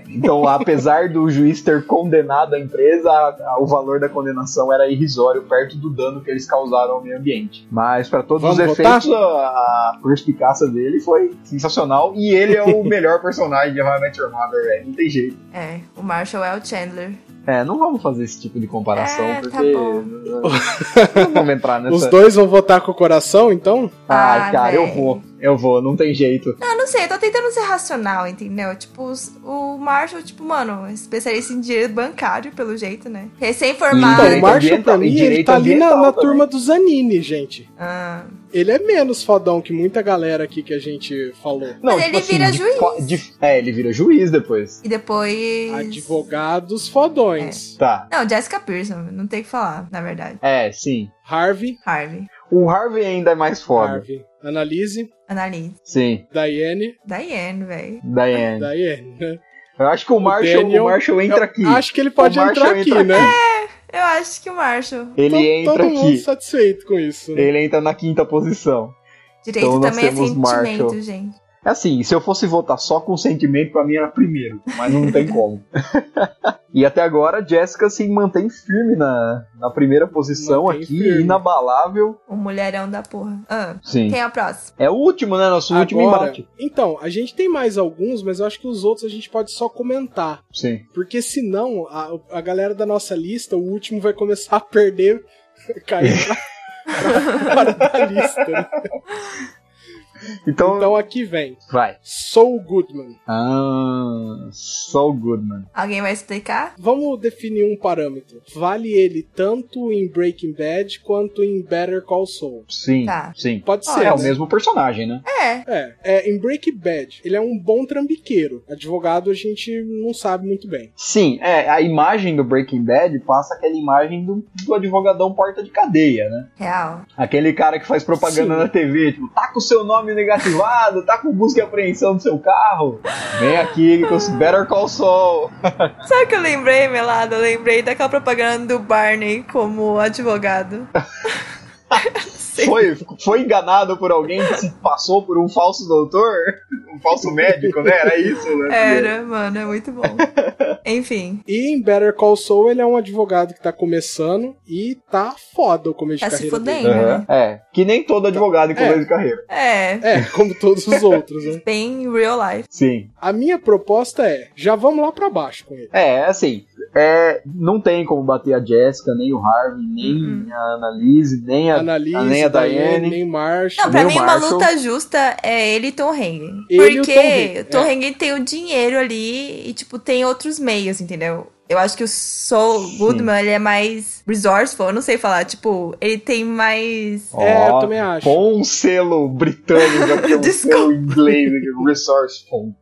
Speaker 1: Então, apesar do juiz ter condenado a empresa, a- a- o valor da condenação era irrisório, perto do dano que eles causaram ao meio ambiente. Mas, para todos
Speaker 2: Vamos
Speaker 1: os
Speaker 2: votar?
Speaker 1: efeitos, a, a perspicácia dele foi sensacional e ele é o melhor personagem de How I Met Your Mother, velho. Não tem jeito.
Speaker 3: É. O Marshall é o Chandler.
Speaker 1: É, não vamos fazer esse tipo de comparação,
Speaker 3: É, tá
Speaker 1: porque.
Speaker 3: bom.
Speaker 1: não vamos entrar nessa.
Speaker 2: Os dois vão votar com o coração, então?
Speaker 1: Ai,
Speaker 3: Ah,
Speaker 1: cara, eu
Speaker 3: véi.
Speaker 1: vou. Eu vou, não tem jeito.
Speaker 3: Não, não sei, eu tô tentando ser racional, entendeu? Tipo, os- o Marshall, tipo, mano, especialista em direiro bancário, pelo jeito, né? Recém-formado.
Speaker 2: Então, o
Speaker 1: direito
Speaker 2: Marshall, pra
Speaker 1: ambiental- e
Speaker 2: mim, ele
Speaker 1: direito é
Speaker 2: tá ali na, na
Speaker 1: ambiental também.
Speaker 2: turma do Zanini, gente.
Speaker 3: Ah,
Speaker 2: Ele é menos fodão que muita galera aqui que a gente falou.
Speaker 1: Não, tipo assim,
Speaker 3: ele vira
Speaker 1: de
Speaker 3: juiz.
Speaker 1: qua- de- é, ele vira juiz depois.
Speaker 3: e depois.
Speaker 1: Ah, tipo,
Speaker 2: Advogados
Speaker 3: É.
Speaker 2: fodões.
Speaker 1: Tá.
Speaker 3: Não, Jessica Pearson, não tem o que falar, na verdade.
Speaker 1: É, sim.
Speaker 2: Harvey,
Speaker 3: Harvey,
Speaker 1: O Harvey ainda é mais foda.
Speaker 2: Harvey. Analise,
Speaker 3: Annalise,
Speaker 1: Sim,
Speaker 2: Daiane,
Speaker 3: Diane, velho.
Speaker 1: Diane.
Speaker 2: Daiane, né?
Speaker 1: Eu acho que o Marshall, o
Speaker 2: Daniel-
Speaker 1: Marshall entra
Speaker 2: Eu
Speaker 1: aqui.
Speaker 2: Acho que ele pode
Speaker 1: O Marshall
Speaker 2: entrar aqui,
Speaker 1: entra
Speaker 2: né?
Speaker 3: Eu acho que o Marshall.
Speaker 2: Todo-
Speaker 1: Ele
Speaker 2: todo
Speaker 1: entra
Speaker 2: mundo
Speaker 1: aqui. É,
Speaker 2: satisfeito com isso. né?
Speaker 1: Ele entra na quinta posição.
Speaker 3: Direito
Speaker 1: Então nós
Speaker 3: também é
Speaker 1: temos
Speaker 3: sentimento,
Speaker 1: Marshall.
Speaker 3: gente.
Speaker 1: É Assim, se eu fosse votar só com sentimento, pra mim era primeiro. Mas não tem como. e até agora, Jessica se mantém firme na, na primeira posição
Speaker 2: Mantém
Speaker 1: aqui,
Speaker 2: firme.
Speaker 1: inabalável.
Speaker 3: O Um mulherão da porra. Ah,
Speaker 1: Sim.
Speaker 3: quem é o próximo?
Speaker 1: É o último, né? Nosso último
Speaker 2: Agora,
Speaker 1: embate.
Speaker 2: Então, a gente tem mais alguns, mas eu acho que os outros a gente pode só comentar.
Speaker 1: Sim.
Speaker 2: Porque senão, a, a galera da nossa lista, o último vai começar a perder, cair pra, pra fora da lista. né?
Speaker 1: Então,
Speaker 2: Então aqui vem.
Speaker 1: vai.
Speaker 2: Soul Goodman.
Speaker 1: Ah, so good, man.
Speaker 3: Alguém vai explicar?
Speaker 2: Vamos definir um parâmetro. Vale ele tanto em Breaking Bad quanto em Better Call Saul.
Speaker 1: Sim,
Speaker 3: Tá.
Speaker 1: sim.
Speaker 2: Pode
Speaker 3: Ah,
Speaker 2: ser.
Speaker 1: É o
Speaker 2: né?
Speaker 1: mesmo personagem, né?
Speaker 3: É.
Speaker 2: É, é, em Breaking Bad, ele é um bom trambiqueiro. Advogado a gente não sabe muito bem.
Speaker 1: Sim, é, a imagem do Breaking Bad passa aquela imagem do, do advogadão porta de cadeia, né?
Speaker 3: Real.
Speaker 1: Aquele cara que faz propaganda
Speaker 2: Sim.
Speaker 1: na TV, tipo, tá com o seu nome negativado, tá com busca e apreensão do seu carro, vem aqui com os Better Call Saul.
Speaker 3: Sabe o que eu lembrei, Melada? Eu lembrei daquela propaganda do Barney como advogado. Sei.
Speaker 1: Foi, foi enganado por alguém que se passou por um falso doutor? Um falso médico, né? Era isso, né?
Speaker 3: Era, mano, é muito bom. Enfim,
Speaker 2: E em Better Call Saul, ele é um advogado que tá começando e tá foda o começo
Speaker 3: tá
Speaker 2: de
Speaker 3: se
Speaker 2: carreira
Speaker 3: fudendo,
Speaker 2: dele.
Speaker 3: né?
Speaker 1: Aham. É, que nem todo advogado em começo de carreira.
Speaker 3: É,
Speaker 2: É, como todos os outros, né?
Speaker 3: bem real life.
Speaker 1: Sim.
Speaker 2: A minha proposta é, já vamos lá pra baixo com ele.
Speaker 1: É, assim, é, não tem como bater a Jessica, nem o Harvey, nem
Speaker 3: Uhum.
Speaker 1: a Annalise, nem a,
Speaker 2: Analise,
Speaker 1: nem a É, Daiane.
Speaker 2: nem Marshall.
Speaker 3: Não, pra
Speaker 1: Nem o
Speaker 3: mim uma
Speaker 1: Marshall.
Speaker 3: luta justa é ele e Tom Hengen.
Speaker 2: Ele e o Tom
Speaker 3: Porque
Speaker 2: Hengen,
Speaker 3: o Tom
Speaker 2: é.
Speaker 3: Hengen tem o dinheiro ali e, tipo, tem outros meios, entendeu? Eu acho que o Saul
Speaker 1: Sim.
Speaker 3: Goodman, ele é mais resourceful, eu não sei falar. Tipo, ele tem mais...
Speaker 2: É,
Speaker 1: Ó,
Speaker 2: eu também acho.
Speaker 1: Com um selo britânico aqui, um
Speaker 3: Desculpa.
Speaker 1: selo inglês aqui, resourceful.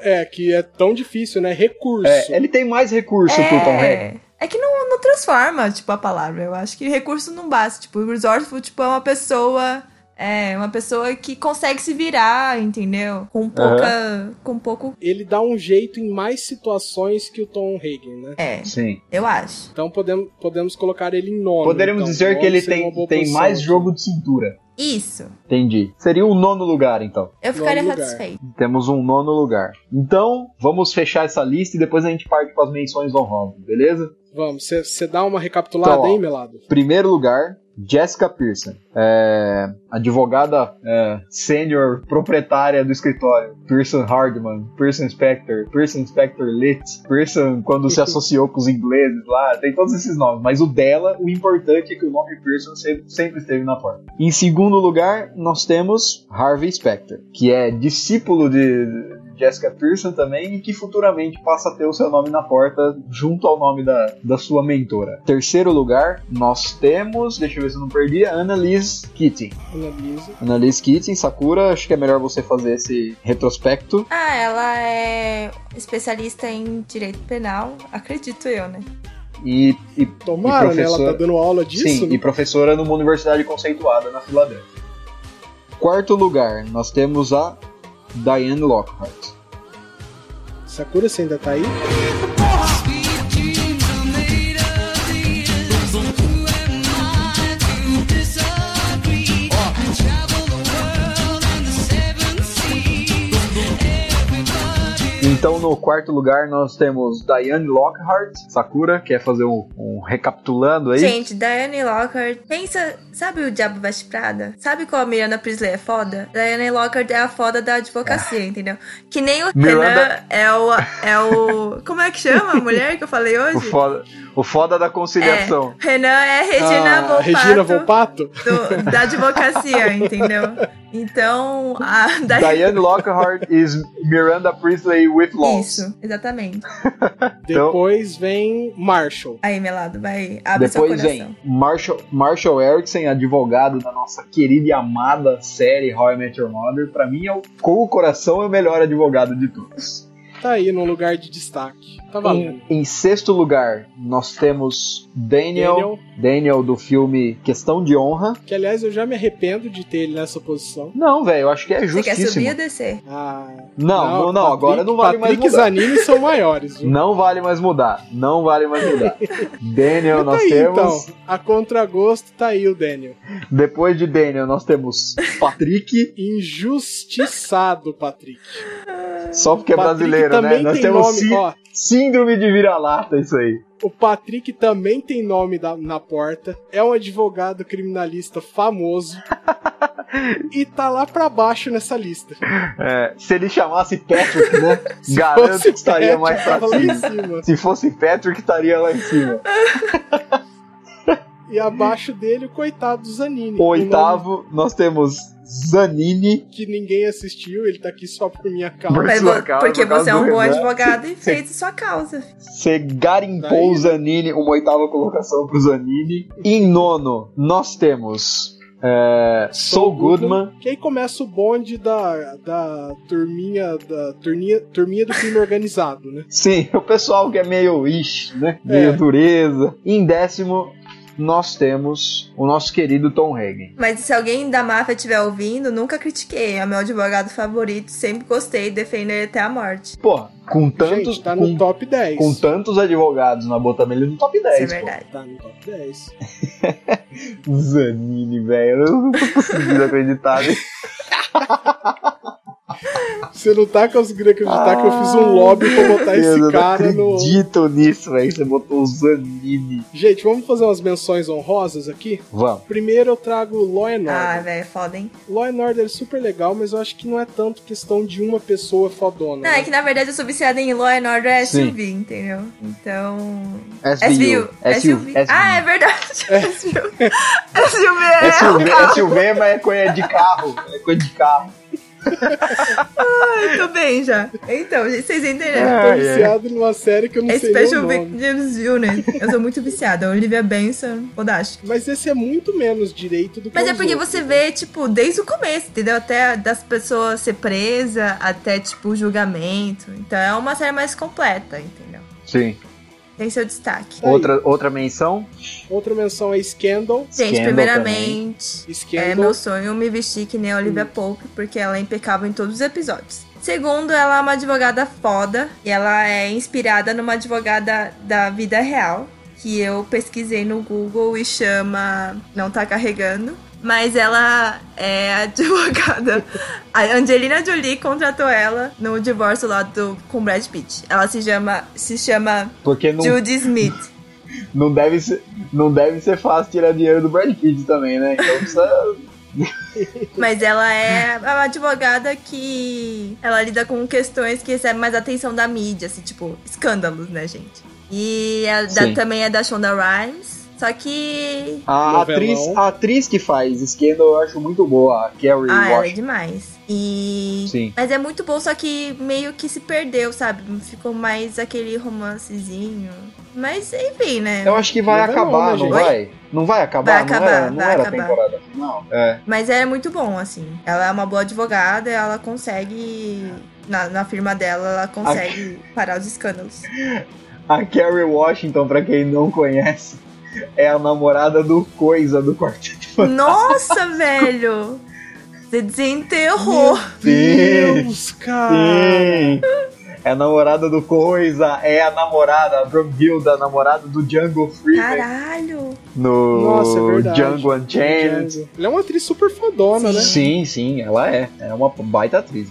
Speaker 2: É, que é tão difícil, né? Recurso.
Speaker 1: É, ele tem mais recurso que o Tom Hanks.
Speaker 3: É, é que não, não transforma, tipo, a palavra. Eu acho que recurso não basta. Tipo, resourceful, tipo, é uma pessoa... É, uma pessoa que consegue se virar, entendeu? Com pouca... Com pouco...
Speaker 2: Ele dá um jeito em mais situações que o Tom Hagen, né?
Speaker 3: É,
Speaker 1: Sim.
Speaker 3: eu acho.
Speaker 2: Então podemos, podemos colocar ele em nono.
Speaker 1: Poderíamos
Speaker 2: então.
Speaker 1: dizer
Speaker 2: Nono
Speaker 1: que ele
Speaker 2: seria
Speaker 1: tem,
Speaker 2: uma boa
Speaker 1: tem
Speaker 2: posição
Speaker 1: mais
Speaker 2: aqui.
Speaker 1: jogo de cintura.
Speaker 3: Isso.
Speaker 1: Entendi. Seria o nono lugar, então.
Speaker 3: Eu ficaria
Speaker 2: lugar.
Speaker 3: satisfeito.
Speaker 1: Temos um nono lugar. Então, vamos fechar essa lista e depois a gente parte para as menções honrosas, beleza?
Speaker 2: Vamos, você dá uma recapitulada
Speaker 1: Então, ó.
Speaker 2: aí, Melado?
Speaker 1: Primeiro lugar, Jessica Pearson. É, advogada é, sênior proprietária do escritório. Pearson Hardman, Pearson Spector, Pearson Spector Lit, Pearson quando se associou com os ingleses lá, tem todos esses nomes. Mas o dela, o importante é que o nome Pearson sempre, sempre esteve na porta. Em segundo lugar, nós temos Harvey Spector, que é discípulo de Jessica Pearson também e que futuramente passa a ter o seu nome na porta junto ao nome da, da sua mentora. Terceiro lugar, nós temos, deixa eu ver se eu não perdi, a Annalise Keating.
Speaker 2: Analise.
Speaker 1: Annalise Keating, Sakura, acho que é melhor você fazer esse retrospecto.
Speaker 3: Ah, ela é especialista em direito penal, acredito eu, né?
Speaker 1: E, e-
Speaker 2: Tomara,
Speaker 1: E
Speaker 2: né? Ela tá
Speaker 1: professora-
Speaker 2: dando aula disso.
Speaker 1: sim,
Speaker 2: né?
Speaker 1: e professora numa universidade conceituada na Filadélfia. Quarto lugar, nós temos a Diane Lockhart.
Speaker 2: Sakura, você ainda tá aí?
Speaker 1: Então, no quarto lugar, nós temos Diane Lockhart. Sakura, quer fazer um, um recapitulando aí?
Speaker 3: Gente, Diane Lockhart, pensa, sabe o Diabo Veste Prada? Sabe qual a Miranda Prisley é foda? Diane Lockhart é a foda da advocacia, entendeu? Que nem o
Speaker 1: Ah. Miranda-
Speaker 3: Renan é o, é o... Como é que chama a mulher que eu falei
Speaker 1: O
Speaker 3: hoje? É,
Speaker 1: foda, o foda da conciliação.
Speaker 3: Renan é Regina
Speaker 2: Ah,
Speaker 3: Volpato
Speaker 2: Regina Volpato?
Speaker 3: do- da advocacia, entendeu? Então, a
Speaker 1: Diane Lockhart is Miranda Priestley with laws.
Speaker 3: Isso, exatamente.
Speaker 1: Então-
Speaker 2: Depois vem Marshall.
Speaker 3: Aí, Melado, vai. Abre
Speaker 1: Depois
Speaker 3: seu coração.
Speaker 1: vem Marshall, Marshall Erickson, advogado da nossa querida e amada série How I Met Your Mother. Pra mim, é o, com o coração, é o melhor advogado de todos.
Speaker 2: Tá aí no lugar de destaque. Tá valendo.
Speaker 1: Em, em sexto lugar, nós temos Daniel, Daniel. do filme Questão de Honra.
Speaker 2: Que aliás eu já me arrependo de ter ele nessa posição.
Speaker 1: Não, velho, eu acho que é
Speaker 3: Você quer subir ou
Speaker 1: justíssimo.
Speaker 3: descer?
Speaker 2: Ah,
Speaker 1: Não, não, não, agora não vale mais
Speaker 2: Patrick
Speaker 1: mudar.
Speaker 2: os animes são maiores, viu?
Speaker 1: Não vale mais mudar. Não vale mais mudar. Daniel,
Speaker 2: Mas tá
Speaker 1: nós
Speaker 2: aí,
Speaker 1: temos.
Speaker 2: então. A contragosto tá aí o Daniel.
Speaker 1: Depois de Daniel, nós temos Patrick.
Speaker 2: Injustiçado, Patrick.
Speaker 1: Só porque é
Speaker 2: Patrick
Speaker 1: brasileiro, né?
Speaker 2: também
Speaker 1: Nós
Speaker 2: tem
Speaker 1: temos
Speaker 2: nome,
Speaker 1: sí-
Speaker 2: ó.
Speaker 1: síndrome de vira-lata, isso aí.
Speaker 2: O Patrick também tem nome da- na porta. É um advogado criminalista famoso. e tá lá pra baixo nessa lista.
Speaker 1: É, se ele chamasse Patrick, né?
Speaker 2: Se
Speaker 1: garanto que
Speaker 2: fosse
Speaker 1: estaria
Speaker 2: Patrick,
Speaker 1: mais pra
Speaker 2: tava lá em
Speaker 1: cima.
Speaker 2: cima.
Speaker 1: Se fosse Patrick, estaria lá em cima.
Speaker 2: E abaixo dele, o coitado do Zanini. Um nome
Speaker 1: Oitavo, nós temos Zanini.
Speaker 2: que ninguém assistiu, ele tá aqui só por minha
Speaker 1: Por
Speaker 2: causa.
Speaker 3: Mas
Speaker 1: sua
Speaker 3: vo-
Speaker 1: causa,
Speaker 3: porque
Speaker 1: por causa
Speaker 3: você é um
Speaker 1: do
Speaker 3: bom
Speaker 1: Renan.
Speaker 3: advogado e fez sua causa.
Speaker 1: Você garimpou
Speaker 2: Daí-
Speaker 1: o Zanini, uma oitava colocação pro Zanini. Em nono, nós temos é, Saul Goodman.
Speaker 2: Que aí começa o bonde da, da turminha da turminha, turminha do crime organizado, né?
Speaker 1: Sim, o pessoal que é meio ish, né? Meio
Speaker 2: É.
Speaker 1: dureza. Em décimo, nós temos o nosso querido Tom Hagen.
Speaker 3: Mas se alguém da máfia estiver ouvindo, nunca critiquei. É meu advogado favorito, sempre gostei, defendo ele até a morte.
Speaker 1: Porra, com tantos,
Speaker 2: Gente, tá no
Speaker 1: com,
Speaker 2: top 10.
Speaker 1: com tantos advogados na Botamilha no top
Speaker 3: Isso é
Speaker 1: 10. pô.
Speaker 3: verdade.
Speaker 2: Tá no top 10.
Speaker 1: tipo, Zanini, velho. Eu não tô conseguindo acreditar. nisso.
Speaker 2: Você não tá conseguindo acreditar que eu fiz um lobby pra botar
Speaker 1: Meu Deus, eu
Speaker 2: esse
Speaker 1: não
Speaker 2: cara no.
Speaker 1: acredito nisso, velho. Você botou o Zanini.
Speaker 2: Gente, vamos fazer umas menções honrosas aqui?
Speaker 1: Vamos.
Speaker 2: Primeiro eu trago Law and Order.
Speaker 3: Ah, velho, foda, hein?
Speaker 2: Law and Order é super legal, mas eu acho que não é tanto questão de uma pessoa fodona.
Speaker 3: Não, é
Speaker 2: né?
Speaker 3: que na verdade eu sou viciada em Law and Order
Speaker 1: Sim.
Speaker 3: SUV, entendeu? Então.
Speaker 1: É SVU.
Speaker 3: SUV. Ah, é verdade. SUV. SUV é.
Speaker 1: SUV, SUV é, mas é coisa de carro. É coisa de carro.
Speaker 3: Ai, tô bem já. Então, gente, vocês entenderam.
Speaker 2: Eu
Speaker 1: Ah,
Speaker 2: tô
Speaker 1: é.
Speaker 2: viciado numa série que eu não sei nem o
Speaker 3: Special
Speaker 2: nome.
Speaker 3: Victims Unit. Eu sou muito viciada. Olivia Benson, fodástico.
Speaker 2: Mas esse é muito menos direito do que
Speaker 3: Mas é
Speaker 2: os
Speaker 3: porque
Speaker 2: outros. né?
Speaker 3: você vê, tipo, desde o começo, entendeu? Até das pessoas ser presa, até, tipo, o julgamento. Então é uma série mais completa, entendeu?
Speaker 1: Sim.
Speaker 3: Tem seu destaque.
Speaker 2: Tá aí.
Speaker 1: Outra, outra menção?
Speaker 2: Outra menção é Scandal.
Speaker 3: Gente,
Speaker 1: Scandal
Speaker 3: primeiramente,
Speaker 2: Scandal.
Speaker 3: é meu sonho me vestir que nem a Olivia Pope, porque ela é impecável em todos os episódios. Segundo, ela é uma advogada foda e ela é inspirada numa advogada da vida real, que eu pesquisei no Google e chama Não Tá Carregando. Mas ela é advogada. A Angelina Jolie contratou ela no divórcio lá do, com Brad Pitt. Ela se chama, se chama
Speaker 1: Porque não,
Speaker 3: Judy Smith.
Speaker 1: não, deve ser, não deve ser fácil tirar dinheiro do Brad Pitt também, né? Então precisa.
Speaker 3: Mas ela é uma advogada que ela lida com questões que recebem mais atenção da mídia, assim, tipo, escândalos, né, gente? E a da-
Speaker 1: Sim.
Speaker 3: também é da Shonda Rhimes, só que
Speaker 1: A
Speaker 2: Novelão.
Speaker 1: atriz, a atriz que faz Scandal eu acho muito boa, a Carrie
Speaker 3: ah, ela é
Speaker 1: Washington.
Speaker 3: demais. E
Speaker 1: Sim.
Speaker 3: mas é muito bom, só que meio que se perdeu, sabe? Ficou mais aquele romancezinho. Mas enfim, né?
Speaker 1: Eu acho que vai
Speaker 2: Novelão,
Speaker 1: acabar,
Speaker 2: né,
Speaker 1: não
Speaker 2: gente?
Speaker 1: vai? Não vai acabar?
Speaker 3: Vai
Speaker 1: não
Speaker 3: acabar,
Speaker 1: era, não
Speaker 3: vai
Speaker 1: era a
Speaker 3: acabar.
Speaker 1: temporada final. É.
Speaker 3: Mas é muito bom, assim. Ela é uma boa advogada, ela consegue na, na firma dela, ela consegue parar os escândalos.
Speaker 1: A Carrie Washington, pra quem não conhece, é a namorada do Coisa do Quarteto
Speaker 3: Nossa, velho! Você desenterrou.
Speaker 2: Deus, cara!
Speaker 1: Sim! É a namorada do Coisa, é a namorada, a Brumhilda, a namorada do Django Freeman
Speaker 3: Caralho!
Speaker 1: no
Speaker 2: Nossa, é verdade.
Speaker 1: Django Unchained.
Speaker 2: Ela é uma atriz super fodona, né?
Speaker 1: Sim, sim, ela é. É uma baita atriz.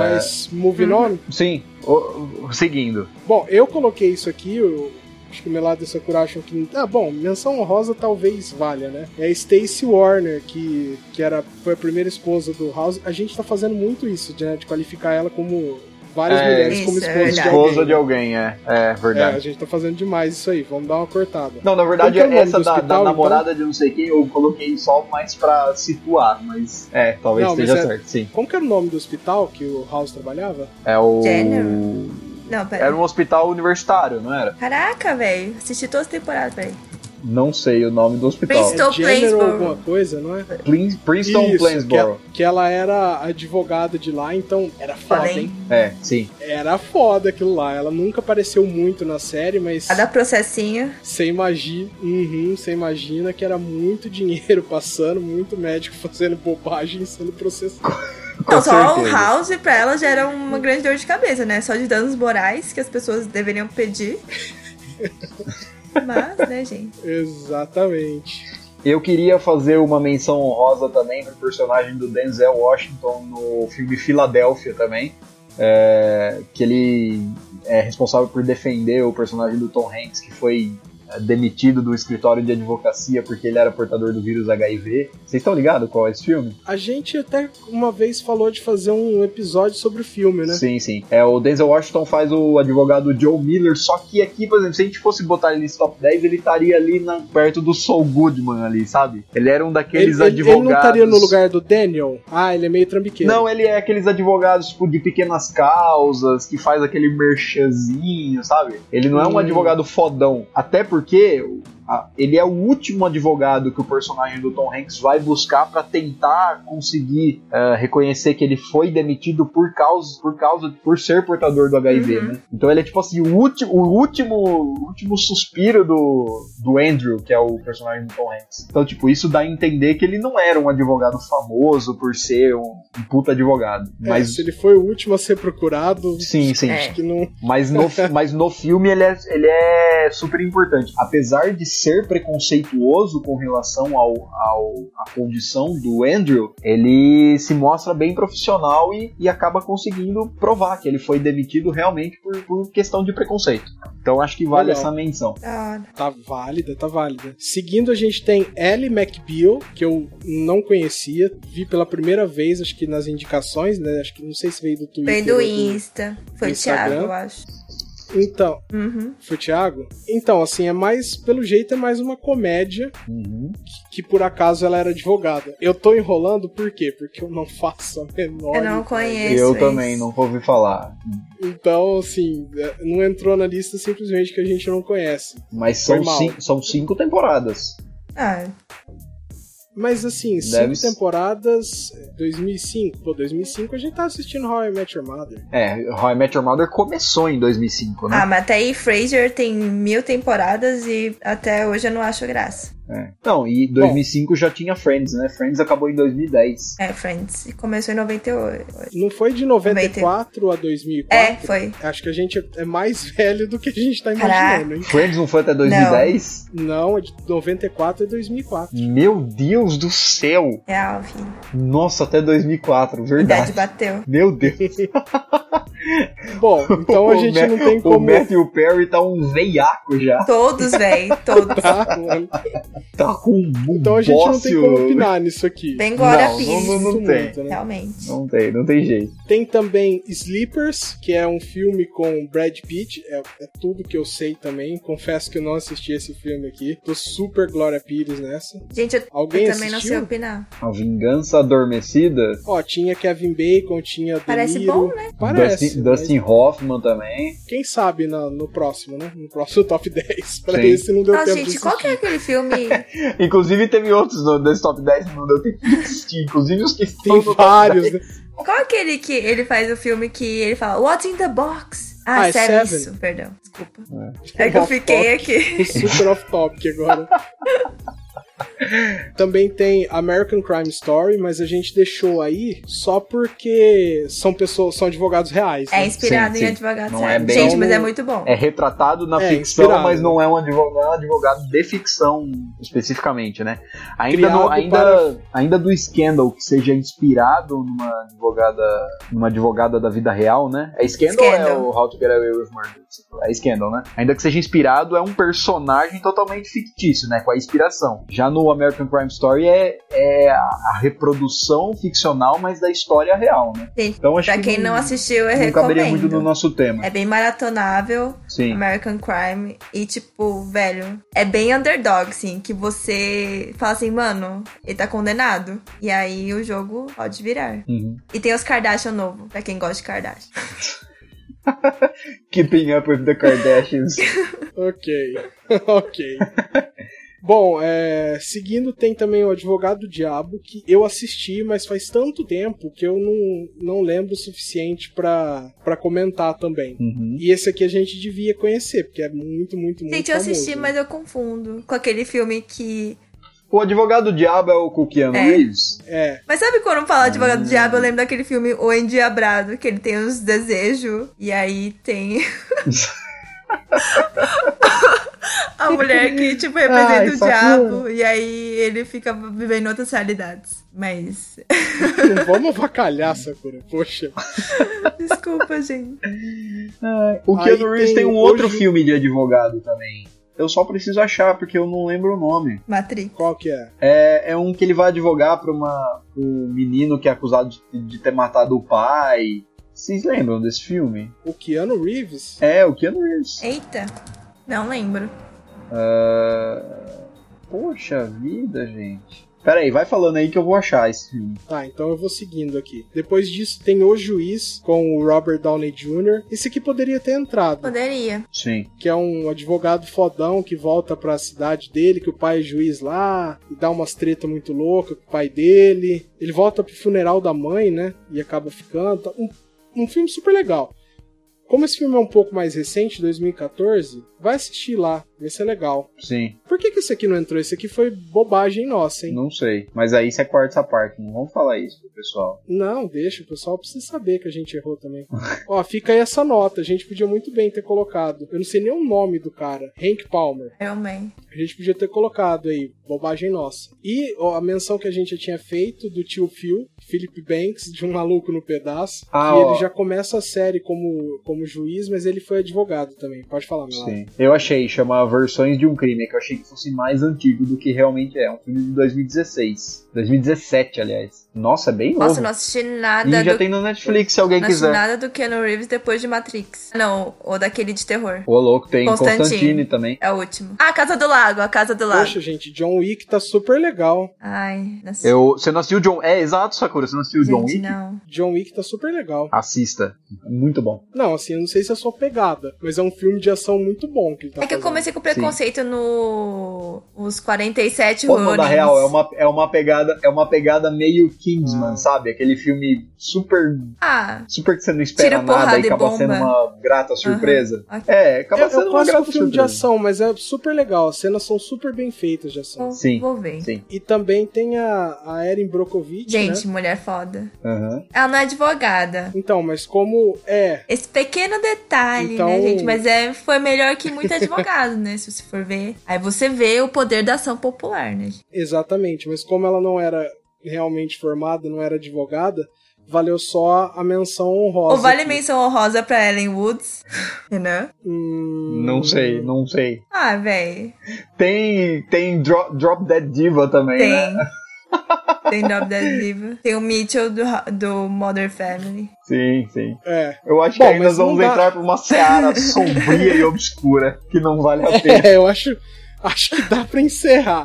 Speaker 2: Mas moving
Speaker 3: Uhum.
Speaker 2: on.
Speaker 1: Sim, o- o- seguindo.
Speaker 2: Bom, eu coloquei isso aqui, eu acho que o Melado e o Sakura acham que. Ah, bom, menção honrosa talvez valha, né? É a Stacey Warner, que, que era, foi a primeira esposa do House. A gente tá fazendo muito isso, de, né, de qualificar ela como várias
Speaker 1: É,
Speaker 2: mulheres como
Speaker 3: isso, é
Speaker 2: esposa de
Speaker 3: verdade.
Speaker 2: alguém. né?
Speaker 1: Esposa de alguém, é. É,
Speaker 2: É, a
Speaker 1: verdade.
Speaker 2: gente tá fazendo demais isso aí, vamos dar uma cortada.
Speaker 1: Não, na verdade,
Speaker 2: Qual que é o nome
Speaker 1: essa
Speaker 2: do
Speaker 1: da,
Speaker 2: hospital,
Speaker 1: da namorada de não sei quem eu coloquei só mais pra situar, mas é, talvez
Speaker 2: Não, mas
Speaker 1: esteja
Speaker 2: é-
Speaker 1: certo, sim.
Speaker 2: Como que era o nome do hospital que o House trabalhava?
Speaker 1: É o.
Speaker 3: Jenner? Não, pera.
Speaker 1: Era um hospital universitário, não era?
Speaker 3: Caraca, velho. Assisti todas as temporadas, velho.
Speaker 1: Não sei o nome do hospital.
Speaker 3: Princeton. Estou
Speaker 2: é Jenner ou
Speaker 3: Plainsboro.
Speaker 2: alguma coisa, não é?
Speaker 1: Plin- Princeton
Speaker 2: Isso,
Speaker 1: Plainsboro.
Speaker 2: Que, é- que ela era advogada de lá, então era foda,
Speaker 3: Porém.
Speaker 2: hein?
Speaker 1: É, sim.
Speaker 2: Era foda aquilo lá. Ela nunca apareceu muito na série, mas
Speaker 3: A da processinho.
Speaker 2: você imagina, uhum, você imagina que era muito dinheiro passando, muito médico fazendo bobagem e sendo processado.
Speaker 1: Com
Speaker 3: Não, só o
Speaker 1: certeza.
Speaker 3: House pra ela já era uma grande dor de cabeça, né? Só de danos morais que as pessoas deveriam pedir. Mas, né, gente?
Speaker 2: Exatamente.
Speaker 1: Eu queria fazer uma menção honrosa também pro personagem do Denzel Washington no filme Filadélfia também. é, que ele é responsável por defender o personagem do Tom Hanks, que foi é, demitido do escritório de advocacia porque ele era portador do vírus HIV. Vocês estão ligados qual é esse filme?
Speaker 2: A gente até uma vez falou de fazer um episódio sobre o filme, né?
Speaker 1: Sim, sim. É, o Denzel Washington faz o advogado Joe Miller, só que aqui, por exemplo, se a gente fosse botar ele nesse top 10, ele estaria ali na- perto do Saul Goodman ali, sabe? Ele era um
Speaker 2: Ele,
Speaker 1: daqueles
Speaker 2: ele- ele
Speaker 1: advogados...
Speaker 2: não estaria no lugar do Daniel? Ah, ele é meio trambiqueiro.
Speaker 1: Não, ele é aqueles advogados tipo, de pequenas causas, que faz aquele merchanzinho, sabe? Ele não é um
Speaker 2: Hum.
Speaker 1: advogado fodão. Até porque a- ele é o último advogado que o personagem do Tom Hanks vai buscar pra tentar conseguir eh, reconhecer que ele foi demitido por causa, por causa, por ser portador do HIV,
Speaker 3: Uhum.
Speaker 1: né? Então ele é tipo assim, o último, o último, o último suspiro do, do Andrew, que é o personagem do Tom Hanks. Então, tipo, isso dá a entender que ele não era um advogado famoso por ser um, um puta advogado.
Speaker 2: É,
Speaker 1: Mas
Speaker 2: se ele foi o último a ser procurado,
Speaker 1: sim, sim.
Speaker 3: É.
Speaker 2: acho que não.
Speaker 1: Mas no, mas no filme ele é, ele é super importante. Apesar de ser preconceituoso com relação ao, ao, à condição do Andrew, ele se mostra bem profissional e, e acaba conseguindo provar que ele foi demitido realmente por, por questão de preconceito. Então acho que vale
Speaker 2: Legal.
Speaker 1: essa menção.
Speaker 3: Da hora.
Speaker 2: Tá válida, tá válida. Seguindo, a gente tem Ellie McBeal, que eu não conhecia, vi pela primeira vez, acho que nas indicações, né? Acho que não sei se veio do Twitter.
Speaker 3: Vem do
Speaker 2: ou do-
Speaker 3: Insta. Foi o Thiago,
Speaker 2: Instagram.
Speaker 3: eu acho.
Speaker 2: Então,
Speaker 3: Uhum.
Speaker 2: foi o Thiago? Então, assim, é mais, pelo jeito, é mais uma comédia
Speaker 1: Uhum.
Speaker 2: que por acaso ela era advogada. Eu tô enrolando por quê? Porque eu não faço a menor.
Speaker 3: Eu É não
Speaker 2: ideia.
Speaker 3: conheço.
Speaker 1: Eu
Speaker 3: isso.
Speaker 1: também não ouvi falar.
Speaker 2: Então, assim, não entrou na lista simplesmente que a gente não conhece.
Speaker 1: Mas
Speaker 2: Foi
Speaker 1: são,
Speaker 2: mal.
Speaker 1: cin- são cinco temporadas.
Speaker 3: Ah,
Speaker 2: Mas assim,
Speaker 1: Deve
Speaker 2: cinco
Speaker 1: ser.
Speaker 2: temporadas, 2005. Pô, 2005 a gente tá assistindo How I Met Your Mother.
Speaker 1: É, How I Met Your Mother começou em 2005, né?
Speaker 3: ah, mas até aí Frasier tem mil temporadas e até hoje eu não acho graça.
Speaker 1: É. Não, e 2005 já tinha Friends, né? Friends acabou em 2010.
Speaker 3: É, Friends. Começou em 98.
Speaker 2: Não foi de 94 a 2004?
Speaker 3: É, foi.
Speaker 2: Acho que a gente é mais velho do que a gente tá imaginando, hein?
Speaker 1: Friends não foi até 2010?
Speaker 2: Não, é de 94 a 2004.
Speaker 1: Meu Deus do céu!
Speaker 3: Real, filho.
Speaker 1: Nossa, até 2004,
Speaker 3: Idade
Speaker 1: verdade.
Speaker 3: bateu.
Speaker 1: Meu Deus.
Speaker 2: Bom, então
Speaker 1: O
Speaker 2: a gente
Speaker 1: Ma-
Speaker 2: não tem
Speaker 1: O
Speaker 2: como.
Speaker 1: Matthew Perry tá um veiaco já.
Speaker 3: Todos, velho. Todos.
Speaker 2: Tá, mano.
Speaker 1: Tá com um
Speaker 2: Então a gente não tem
Speaker 1: bócio.
Speaker 2: como opinar nisso aqui.
Speaker 3: Bem Glória
Speaker 1: Não,
Speaker 3: Pires.
Speaker 1: não- não-
Speaker 2: Muito,
Speaker 1: tem.
Speaker 2: muito, né?
Speaker 3: Realmente.
Speaker 1: Não tem, não tem jeito.
Speaker 2: Tem também Sleepers, que é um filme com Brad Pitt, é, é tudo que eu sei também. Confesso que eu não assisti esse filme aqui. Tô super Glória Pires nessa.
Speaker 3: Gente, eu, eu
Speaker 2: Alguém
Speaker 3: também não
Speaker 2: assistiu?
Speaker 3: sei opinar.
Speaker 1: A Vingança Adormecida?
Speaker 2: Ó, tinha Kevin Bacon, tinha De
Speaker 3: Parece
Speaker 2: Niro.
Speaker 3: bom, né?
Speaker 2: Parece.
Speaker 1: Dustin,
Speaker 2: mas é
Speaker 1: Dustin Hoffman também.
Speaker 2: Quem sabe na- no próximo, né? No próximo top 10. Pra
Speaker 1: Sim.
Speaker 2: esse não deu
Speaker 3: Nossa,
Speaker 2: tempo
Speaker 3: gente,
Speaker 2: de
Speaker 3: qual que é
Speaker 2: assistir.
Speaker 3: aquele filme?
Speaker 1: Inclusive teve outros no, desse top 10 que não deu tempo de assistir. Inclusive os que
Speaker 3: é
Speaker 1: estão
Speaker 2: Tem
Speaker 1: no top
Speaker 2: vários, né?
Speaker 3: qual é aquele que ele faz o filme que ele fala What's in the box? Ah,
Speaker 2: Ah, é
Speaker 3: sério
Speaker 2: Seven.
Speaker 3: isso. Perdão, desculpa. É que eu fiquei aqui.
Speaker 2: Tô Super off topic agora. Também tem American Crime Story, mas a gente deixou aí só porque são pessoas, são advogados reais.
Speaker 3: É
Speaker 2: né?
Speaker 3: inspirado
Speaker 1: Sim,
Speaker 3: em
Speaker 1: sim.
Speaker 3: advogado
Speaker 1: Não
Speaker 3: sério.
Speaker 1: é bem-
Speaker 3: Gente, mas é muito bom.
Speaker 1: É retratado na
Speaker 2: É,
Speaker 1: ficção,
Speaker 2: inspirado.
Speaker 1: mas não é um advogado, não é um advogado de ficção especificamente, né? Ainda,
Speaker 2: Criado
Speaker 1: no- ainda, ainda do Scandal, que seja inspirado numa advogada, numa advogada da vida real, né? É Scandal, ou é
Speaker 3: Scandal.
Speaker 1: o How to Get Away with Murder? É Scandal, né? Ainda que seja inspirado, é um personagem totalmente fictício, né? Com a inspiração. Já no American Crime Story é, é a, a reprodução ficcional, mas da história real, né?
Speaker 3: Sim.
Speaker 1: Então acho
Speaker 3: Pra
Speaker 1: que
Speaker 3: quem não assistiu, eu
Speaker 1: não caberia muito no
Speaker 3: recomendo.
Speaker 1: nosso tema.
Speaker 3: É bem maratonável.
Speaker 1: Sim.
Speaker 3: American Crime. E, tipo, velho, é bem underdog, assim, que você fala assim, mano, ele tá condenado. E aí o jogo pode virar.
Speaker 1: Uhum.
Speaker 3: E tem os Kardashian novo, pra quem gosta de Kardashian.
Speaker 1: Keeping Up with the Kardashians.
Speaker 2: Ok, ok. Bom, é, seguindo tem também o Advogado do Diabo, que eu assisti, mas faz tanto tempo que eu não, não lembro o suficiente pra pra comentar também.
Speaker 1: Uhum.
Speaker 2: E esse aqui a gente devia conhecer, porque é muito, muito, muito
Speaker 3: Gente, eu
Speaker 2: famoso,
Speaker 3: assisti,
Speaker 2: né?
Speaker 3: mas eu confundo com aquele filme que.
Speaker 1: O Advogado Diabo é o com o Keanu
Speaker 3: É.
Speaker 1: Reeves?
Speaker 2: É,
Speaker 3: Mas sabe quando fala Advogado
Speaker 1: Hum.
Speaker 3: do Diabo? Eu lembro daquele filme O Endiabrado, que ele tem os desejos. E aí tem. A mulher que, tipo, representa
Speaker 1: Ai,
Speaker 3: o
Speaker 1: Fabiana.
Speaker 3: diabo. E aí ele fica vivendo outras realidades. Mas
Speaker 2: não vamos avacalhar, Sakura, poxa.
Speaker 3: Desculpa, gente.
Speaker 1: O
Speaker 2: Aí
Speaker 1: Keanu Reeves tem,
Speaker 2: tem
Speaker 1: um
Speaker 2: hoje-
Speaker 1: outro filme de advogado também. Eu só preciso achar, porque eu não lembro o nome.
Speaker 3: Matrix.
Speaker 2: Qual que é?
Speaker 1: É, é um que ele vai advogar pra, uma, pra um menino que é acusado de, de ter matado o pai. Vocês lembram desse filme?
Speaker 2: O Keanu Reeves?
Speaker 1: É, o Keanu Reeves.
Speaker 3: Eita, não lembro.
Speaker 1: Ah, Poxa vida, gente. Pera aí, vai falando aí que eu vou achar esse filme.
Speaker 2: Tá, então eu vou seguindo aqui. Depois disso tem O Juiz, com o Robert Downey Jr. Esse aqui poderia ter entrado.
Speaker 3: Poderia.
Speaker 1: Sim.
Speaker 2: que é um advogado fodão que volta pra cidade dele, que o pai é juiz lá, e dá umas treta muito louca com o pai dele. Ele volta pro funeral da mãe, né? E acaba ficando. Tá Um, um filme super legal. Como esse filme é um pouco mais recente, 2014, vai assistir lá, vai ser legal.
Speaker 1: Sim,
Speaker 2: Por que, que esse aqui não entrou? Esse aqui foi bobagem nossa, hein?
Speaker 1: não sei. Mas aí você corta essa parte, não vamos falar isso pro pessoal.
Speaker 2: Não, deixa, o pessoal precisa saber que a gente errou também. Ó, fica aí essa nota, a gente podia muito bem ter colocado. Eu não sei nem o nome do cara, Hank Palmer.
Speaker 3: Iron Man.
Speaker 2: A gente podia ter colocado aí, bobagem nossa. E ó, a menção que a gente já tinha feito do tio Phil, Philip Banks, de um maluco no pedaço.
Speaker 1: Ah,
Speaker 2: que
Speaker 1: ó.
Speaker 2: ele já começa a série como, como juiz, mas ele foi advogado também. Pode falar, meu
Speaker 1: Sim. Eu achei, chama Versões de um Crime, que eu achei que fosse mais antigo do que realmente é. Um filme de 2016. 2017, aliás. Nossa, é bem novo.
Speaker 3: Nossa, eu não assisti nada
Speaker 1: e já
Speaker 3: do.
Speaker 1: tem no Netflix, se alguém
Speaker 3: Não assisti
Speaker 1: quiser.
Speaker 3: nada do Keanu Reeves depois de Matrix. Não, ou daquele de terror.
Speaker 1: Ô, louco, tem
Speaker 3: Constantine.
Speaker 1: Constantine, também.
Speaker 3: É o último. Ah, Casa do Lago, a Casa do Lago.
Speaker 2: Poxa, gente, John Wick tá super legal.
Speaker 3: Ai, não assisti.
Speaker 1: Eu, você não assistiu John... É, exato, Sakura, você não assistiu John
Speaker 3: Gente,
Speaker 1: Wick?
Speaker 3: não.
Speaker 2: John Wick tá super legal.
Speaker 1: Assista. Muito bom.
Speaker 2: Não, assim, eu não sei se é sua pegada, mas é um filme de ação muito bom que ele tá
Speaker 3: É que eu
Speaker 2: fazendo.
Speaker 3: comecei com preconceito no. Os 47
Speaker 1: Pô, não, na
Speaker 3: Ronins.
Speaker 1: real, é uma, é uma pegada é uma pegada meio Kingsman, sabe? Aquele filme super,
Speaker 3: Ah,
Speaker 1: super que você não espera
Speaker 3: Tira porrada
Speaker 1: nada e
Speaker 3: e
Speaker 1: acaba
Speaker 3: bomba.
Speaker 1: sendo uma grata surpresa.
Speaker 3: Aham.
Speaker 1: É, acaba
Speaker 2: Eu,
Speaker 1: sendo
Speaker 2: eu
Speaker 1: uma
Speaker 2: gosto do
Speaker 1: grata
Speaker 2: um filme de
Speaker 1: surpresa.
Speaker 2: ação, mas é super legal. As cenas são super bem feitas de ação.
Speaker 3: vou,
Speaker 1: Sim.
Speaker 3: vou ver.
Speaker 1: Sim.
Speaker 2: E também tem a, a Erin Brockovich,
Speaker 3: Gente,
Speaker 2: né?
Speaker 3: mulher foda.
Speaker 1: Aham.
Speaker 3: Ela não é advogada.
Speaker 2: Então, mas como é,
Speaker 3: Esse pequeno detalhe,
Speaker 2: Então-
Speaker 3: né, gente? Mas é, foi melhor que muito advogado, né? Se você for ver. Aí você vê o poder da ação popular, né? gente?
Speaker 2: Exatamente, mas como ela não era realmente formada, não era advogada, valeu só a menção honrosa.
Speaker 3: Ou vale
Speaker 2: aqui.
Speaker 3: menção honrosa pra Ellen Woods, né?
Speaker 2: Hum,
Speaker 1: Não sei, não sei.
Speaker 3: Ah, véi.
Speaker 1: Tem, tem Drop, Drop Dead Diva também, né?
Speaker 3: Tem. Tem Drop Dead Diva. Tem o Mitchell do, do Mother Family.
Speaker 1: Sim, sim.
Speaker 2: É.
Speaker 1: Eu acho
Speaker 2: Bom,
Speaker 1: que aí nós
Speaker 2: mas não
Speaker 1: vamos
Speaker 2: dá.
Speaker 1: entrar pra uma seara sombria e obscura que não vale a pena.
Speaker 2: É, eu acho, acho que dá pra encerrar.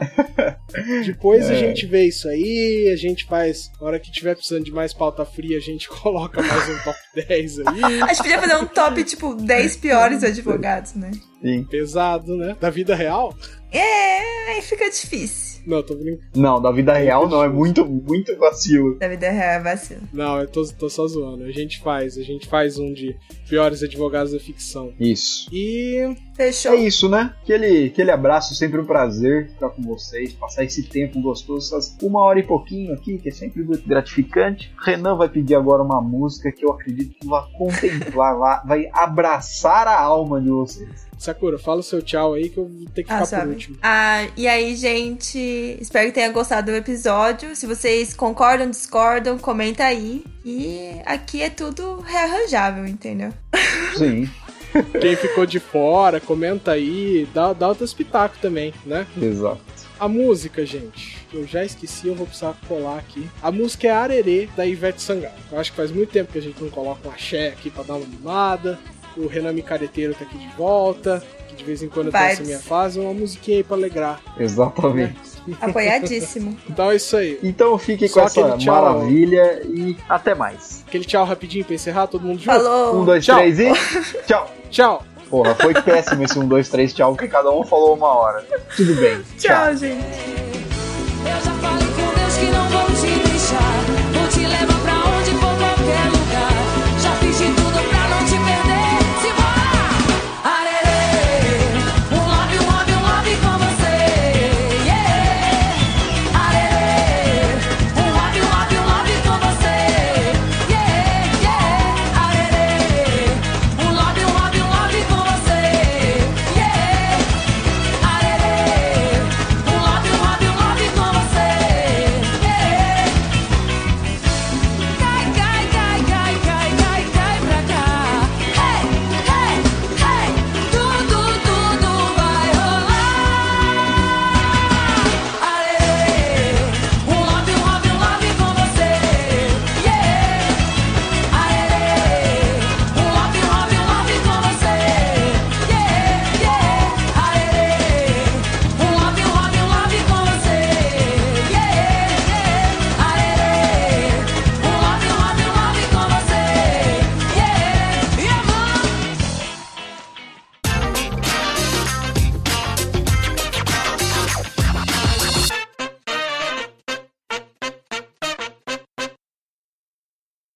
Speaker 2: Depois a gente vê isso aí, a gente faz. Na hora que tiver precisando de mais pauta fria, a gente coloca mais um top 10 aí.
Speaker 3: A gente podia fazer um top, tipo, 10 piores advogados, né?
Speaker 1: Sim.
Speaker 2: Pesado, né? Da vida real?
Speaker 3: É, aí fica difícil.
Speaker 2: Não, tô brincando.
Speaker 1: Não, da vida real não, é muito, muito vacilo.
Speaker 3: Da vida real é vacilo.
Speaker 2: Não, eu tô, tô só zoando. A gente faz, a gente faz um de piores advogados da ficção.
Speaker 1: Isso.
Speaker 2: E
Speaker 1: É
Speaker 3: Fechou.
Speaker 1: isso, né? Aquele, aquele abraço, sempre um prazer ficar com vocês, passar esse tempo gostoso, essas uma hora e pouquinho aqui, que é sempre muito gratificante. Renan vai pedir agora uma música que eu acredito que vai contemplar, vai- vai abraçar a alma de vocês.
Speaker 2: Sakura, fala o seu tchau aí que eu vou ter que
Speaker 3: Ah,
Speaker 2: ficar por
Speaker 3: sabe.
Speaker 2: último.
Speaker 3: Ah, e aí, gente, espero que tenha gostado do episódio. Se vocês concordam, discordam, comenta aí. E aqui é tudo rearranjável, entendeu?
Speaker 1: Sim,
Speaker 2: Quem ficou de fora, comenta aí, dá, dá o teu espetáculo também, né?
Speaker 1: exato.
Speaker 2: A música, gente, eu já esqueci, eu vou precisar colar aqui. A música é Arerê, da Ivete Sangalo. Eu acho que faz muito tempo que a gente não coloca um axé aqui pra dar uma mimada. O Renan Micareteiro tá aqui de volta, que de vez em quando tá
Speaker 3: Vibes.
Speaker 2: essa minha fase. Uma musiquinha aí pra alegrar.
Speaker 1: Exatamente.
Speaker 3: Apoiadíssimo.
Speaker 2: Então é isso aí.
Speaker 1: Então fique
Speaker 2: Só
Speaker 1: com essa
Speaker 2: aquele tchau.
Speaker 1: maravilha e até mais.
Speaker 2: Aquele tchau rapidinho pra encerrar, todo mundo junto.
Speaker 1: Um,
Speaker 3: Falou.
Speaker 1: dois,
Speaker 2: Tchau.
Speaker 1: três e tchau.
Speaker 2: Tchau!
Speaker 1: Porra, foi péssimo esse um, dois, três, tchau, porque cada um falou uma hora. Tudo bem.
Speaker 3: Tchau, gente.
Speaker 4: Eu já falei com Deus que não vou te deixar. Um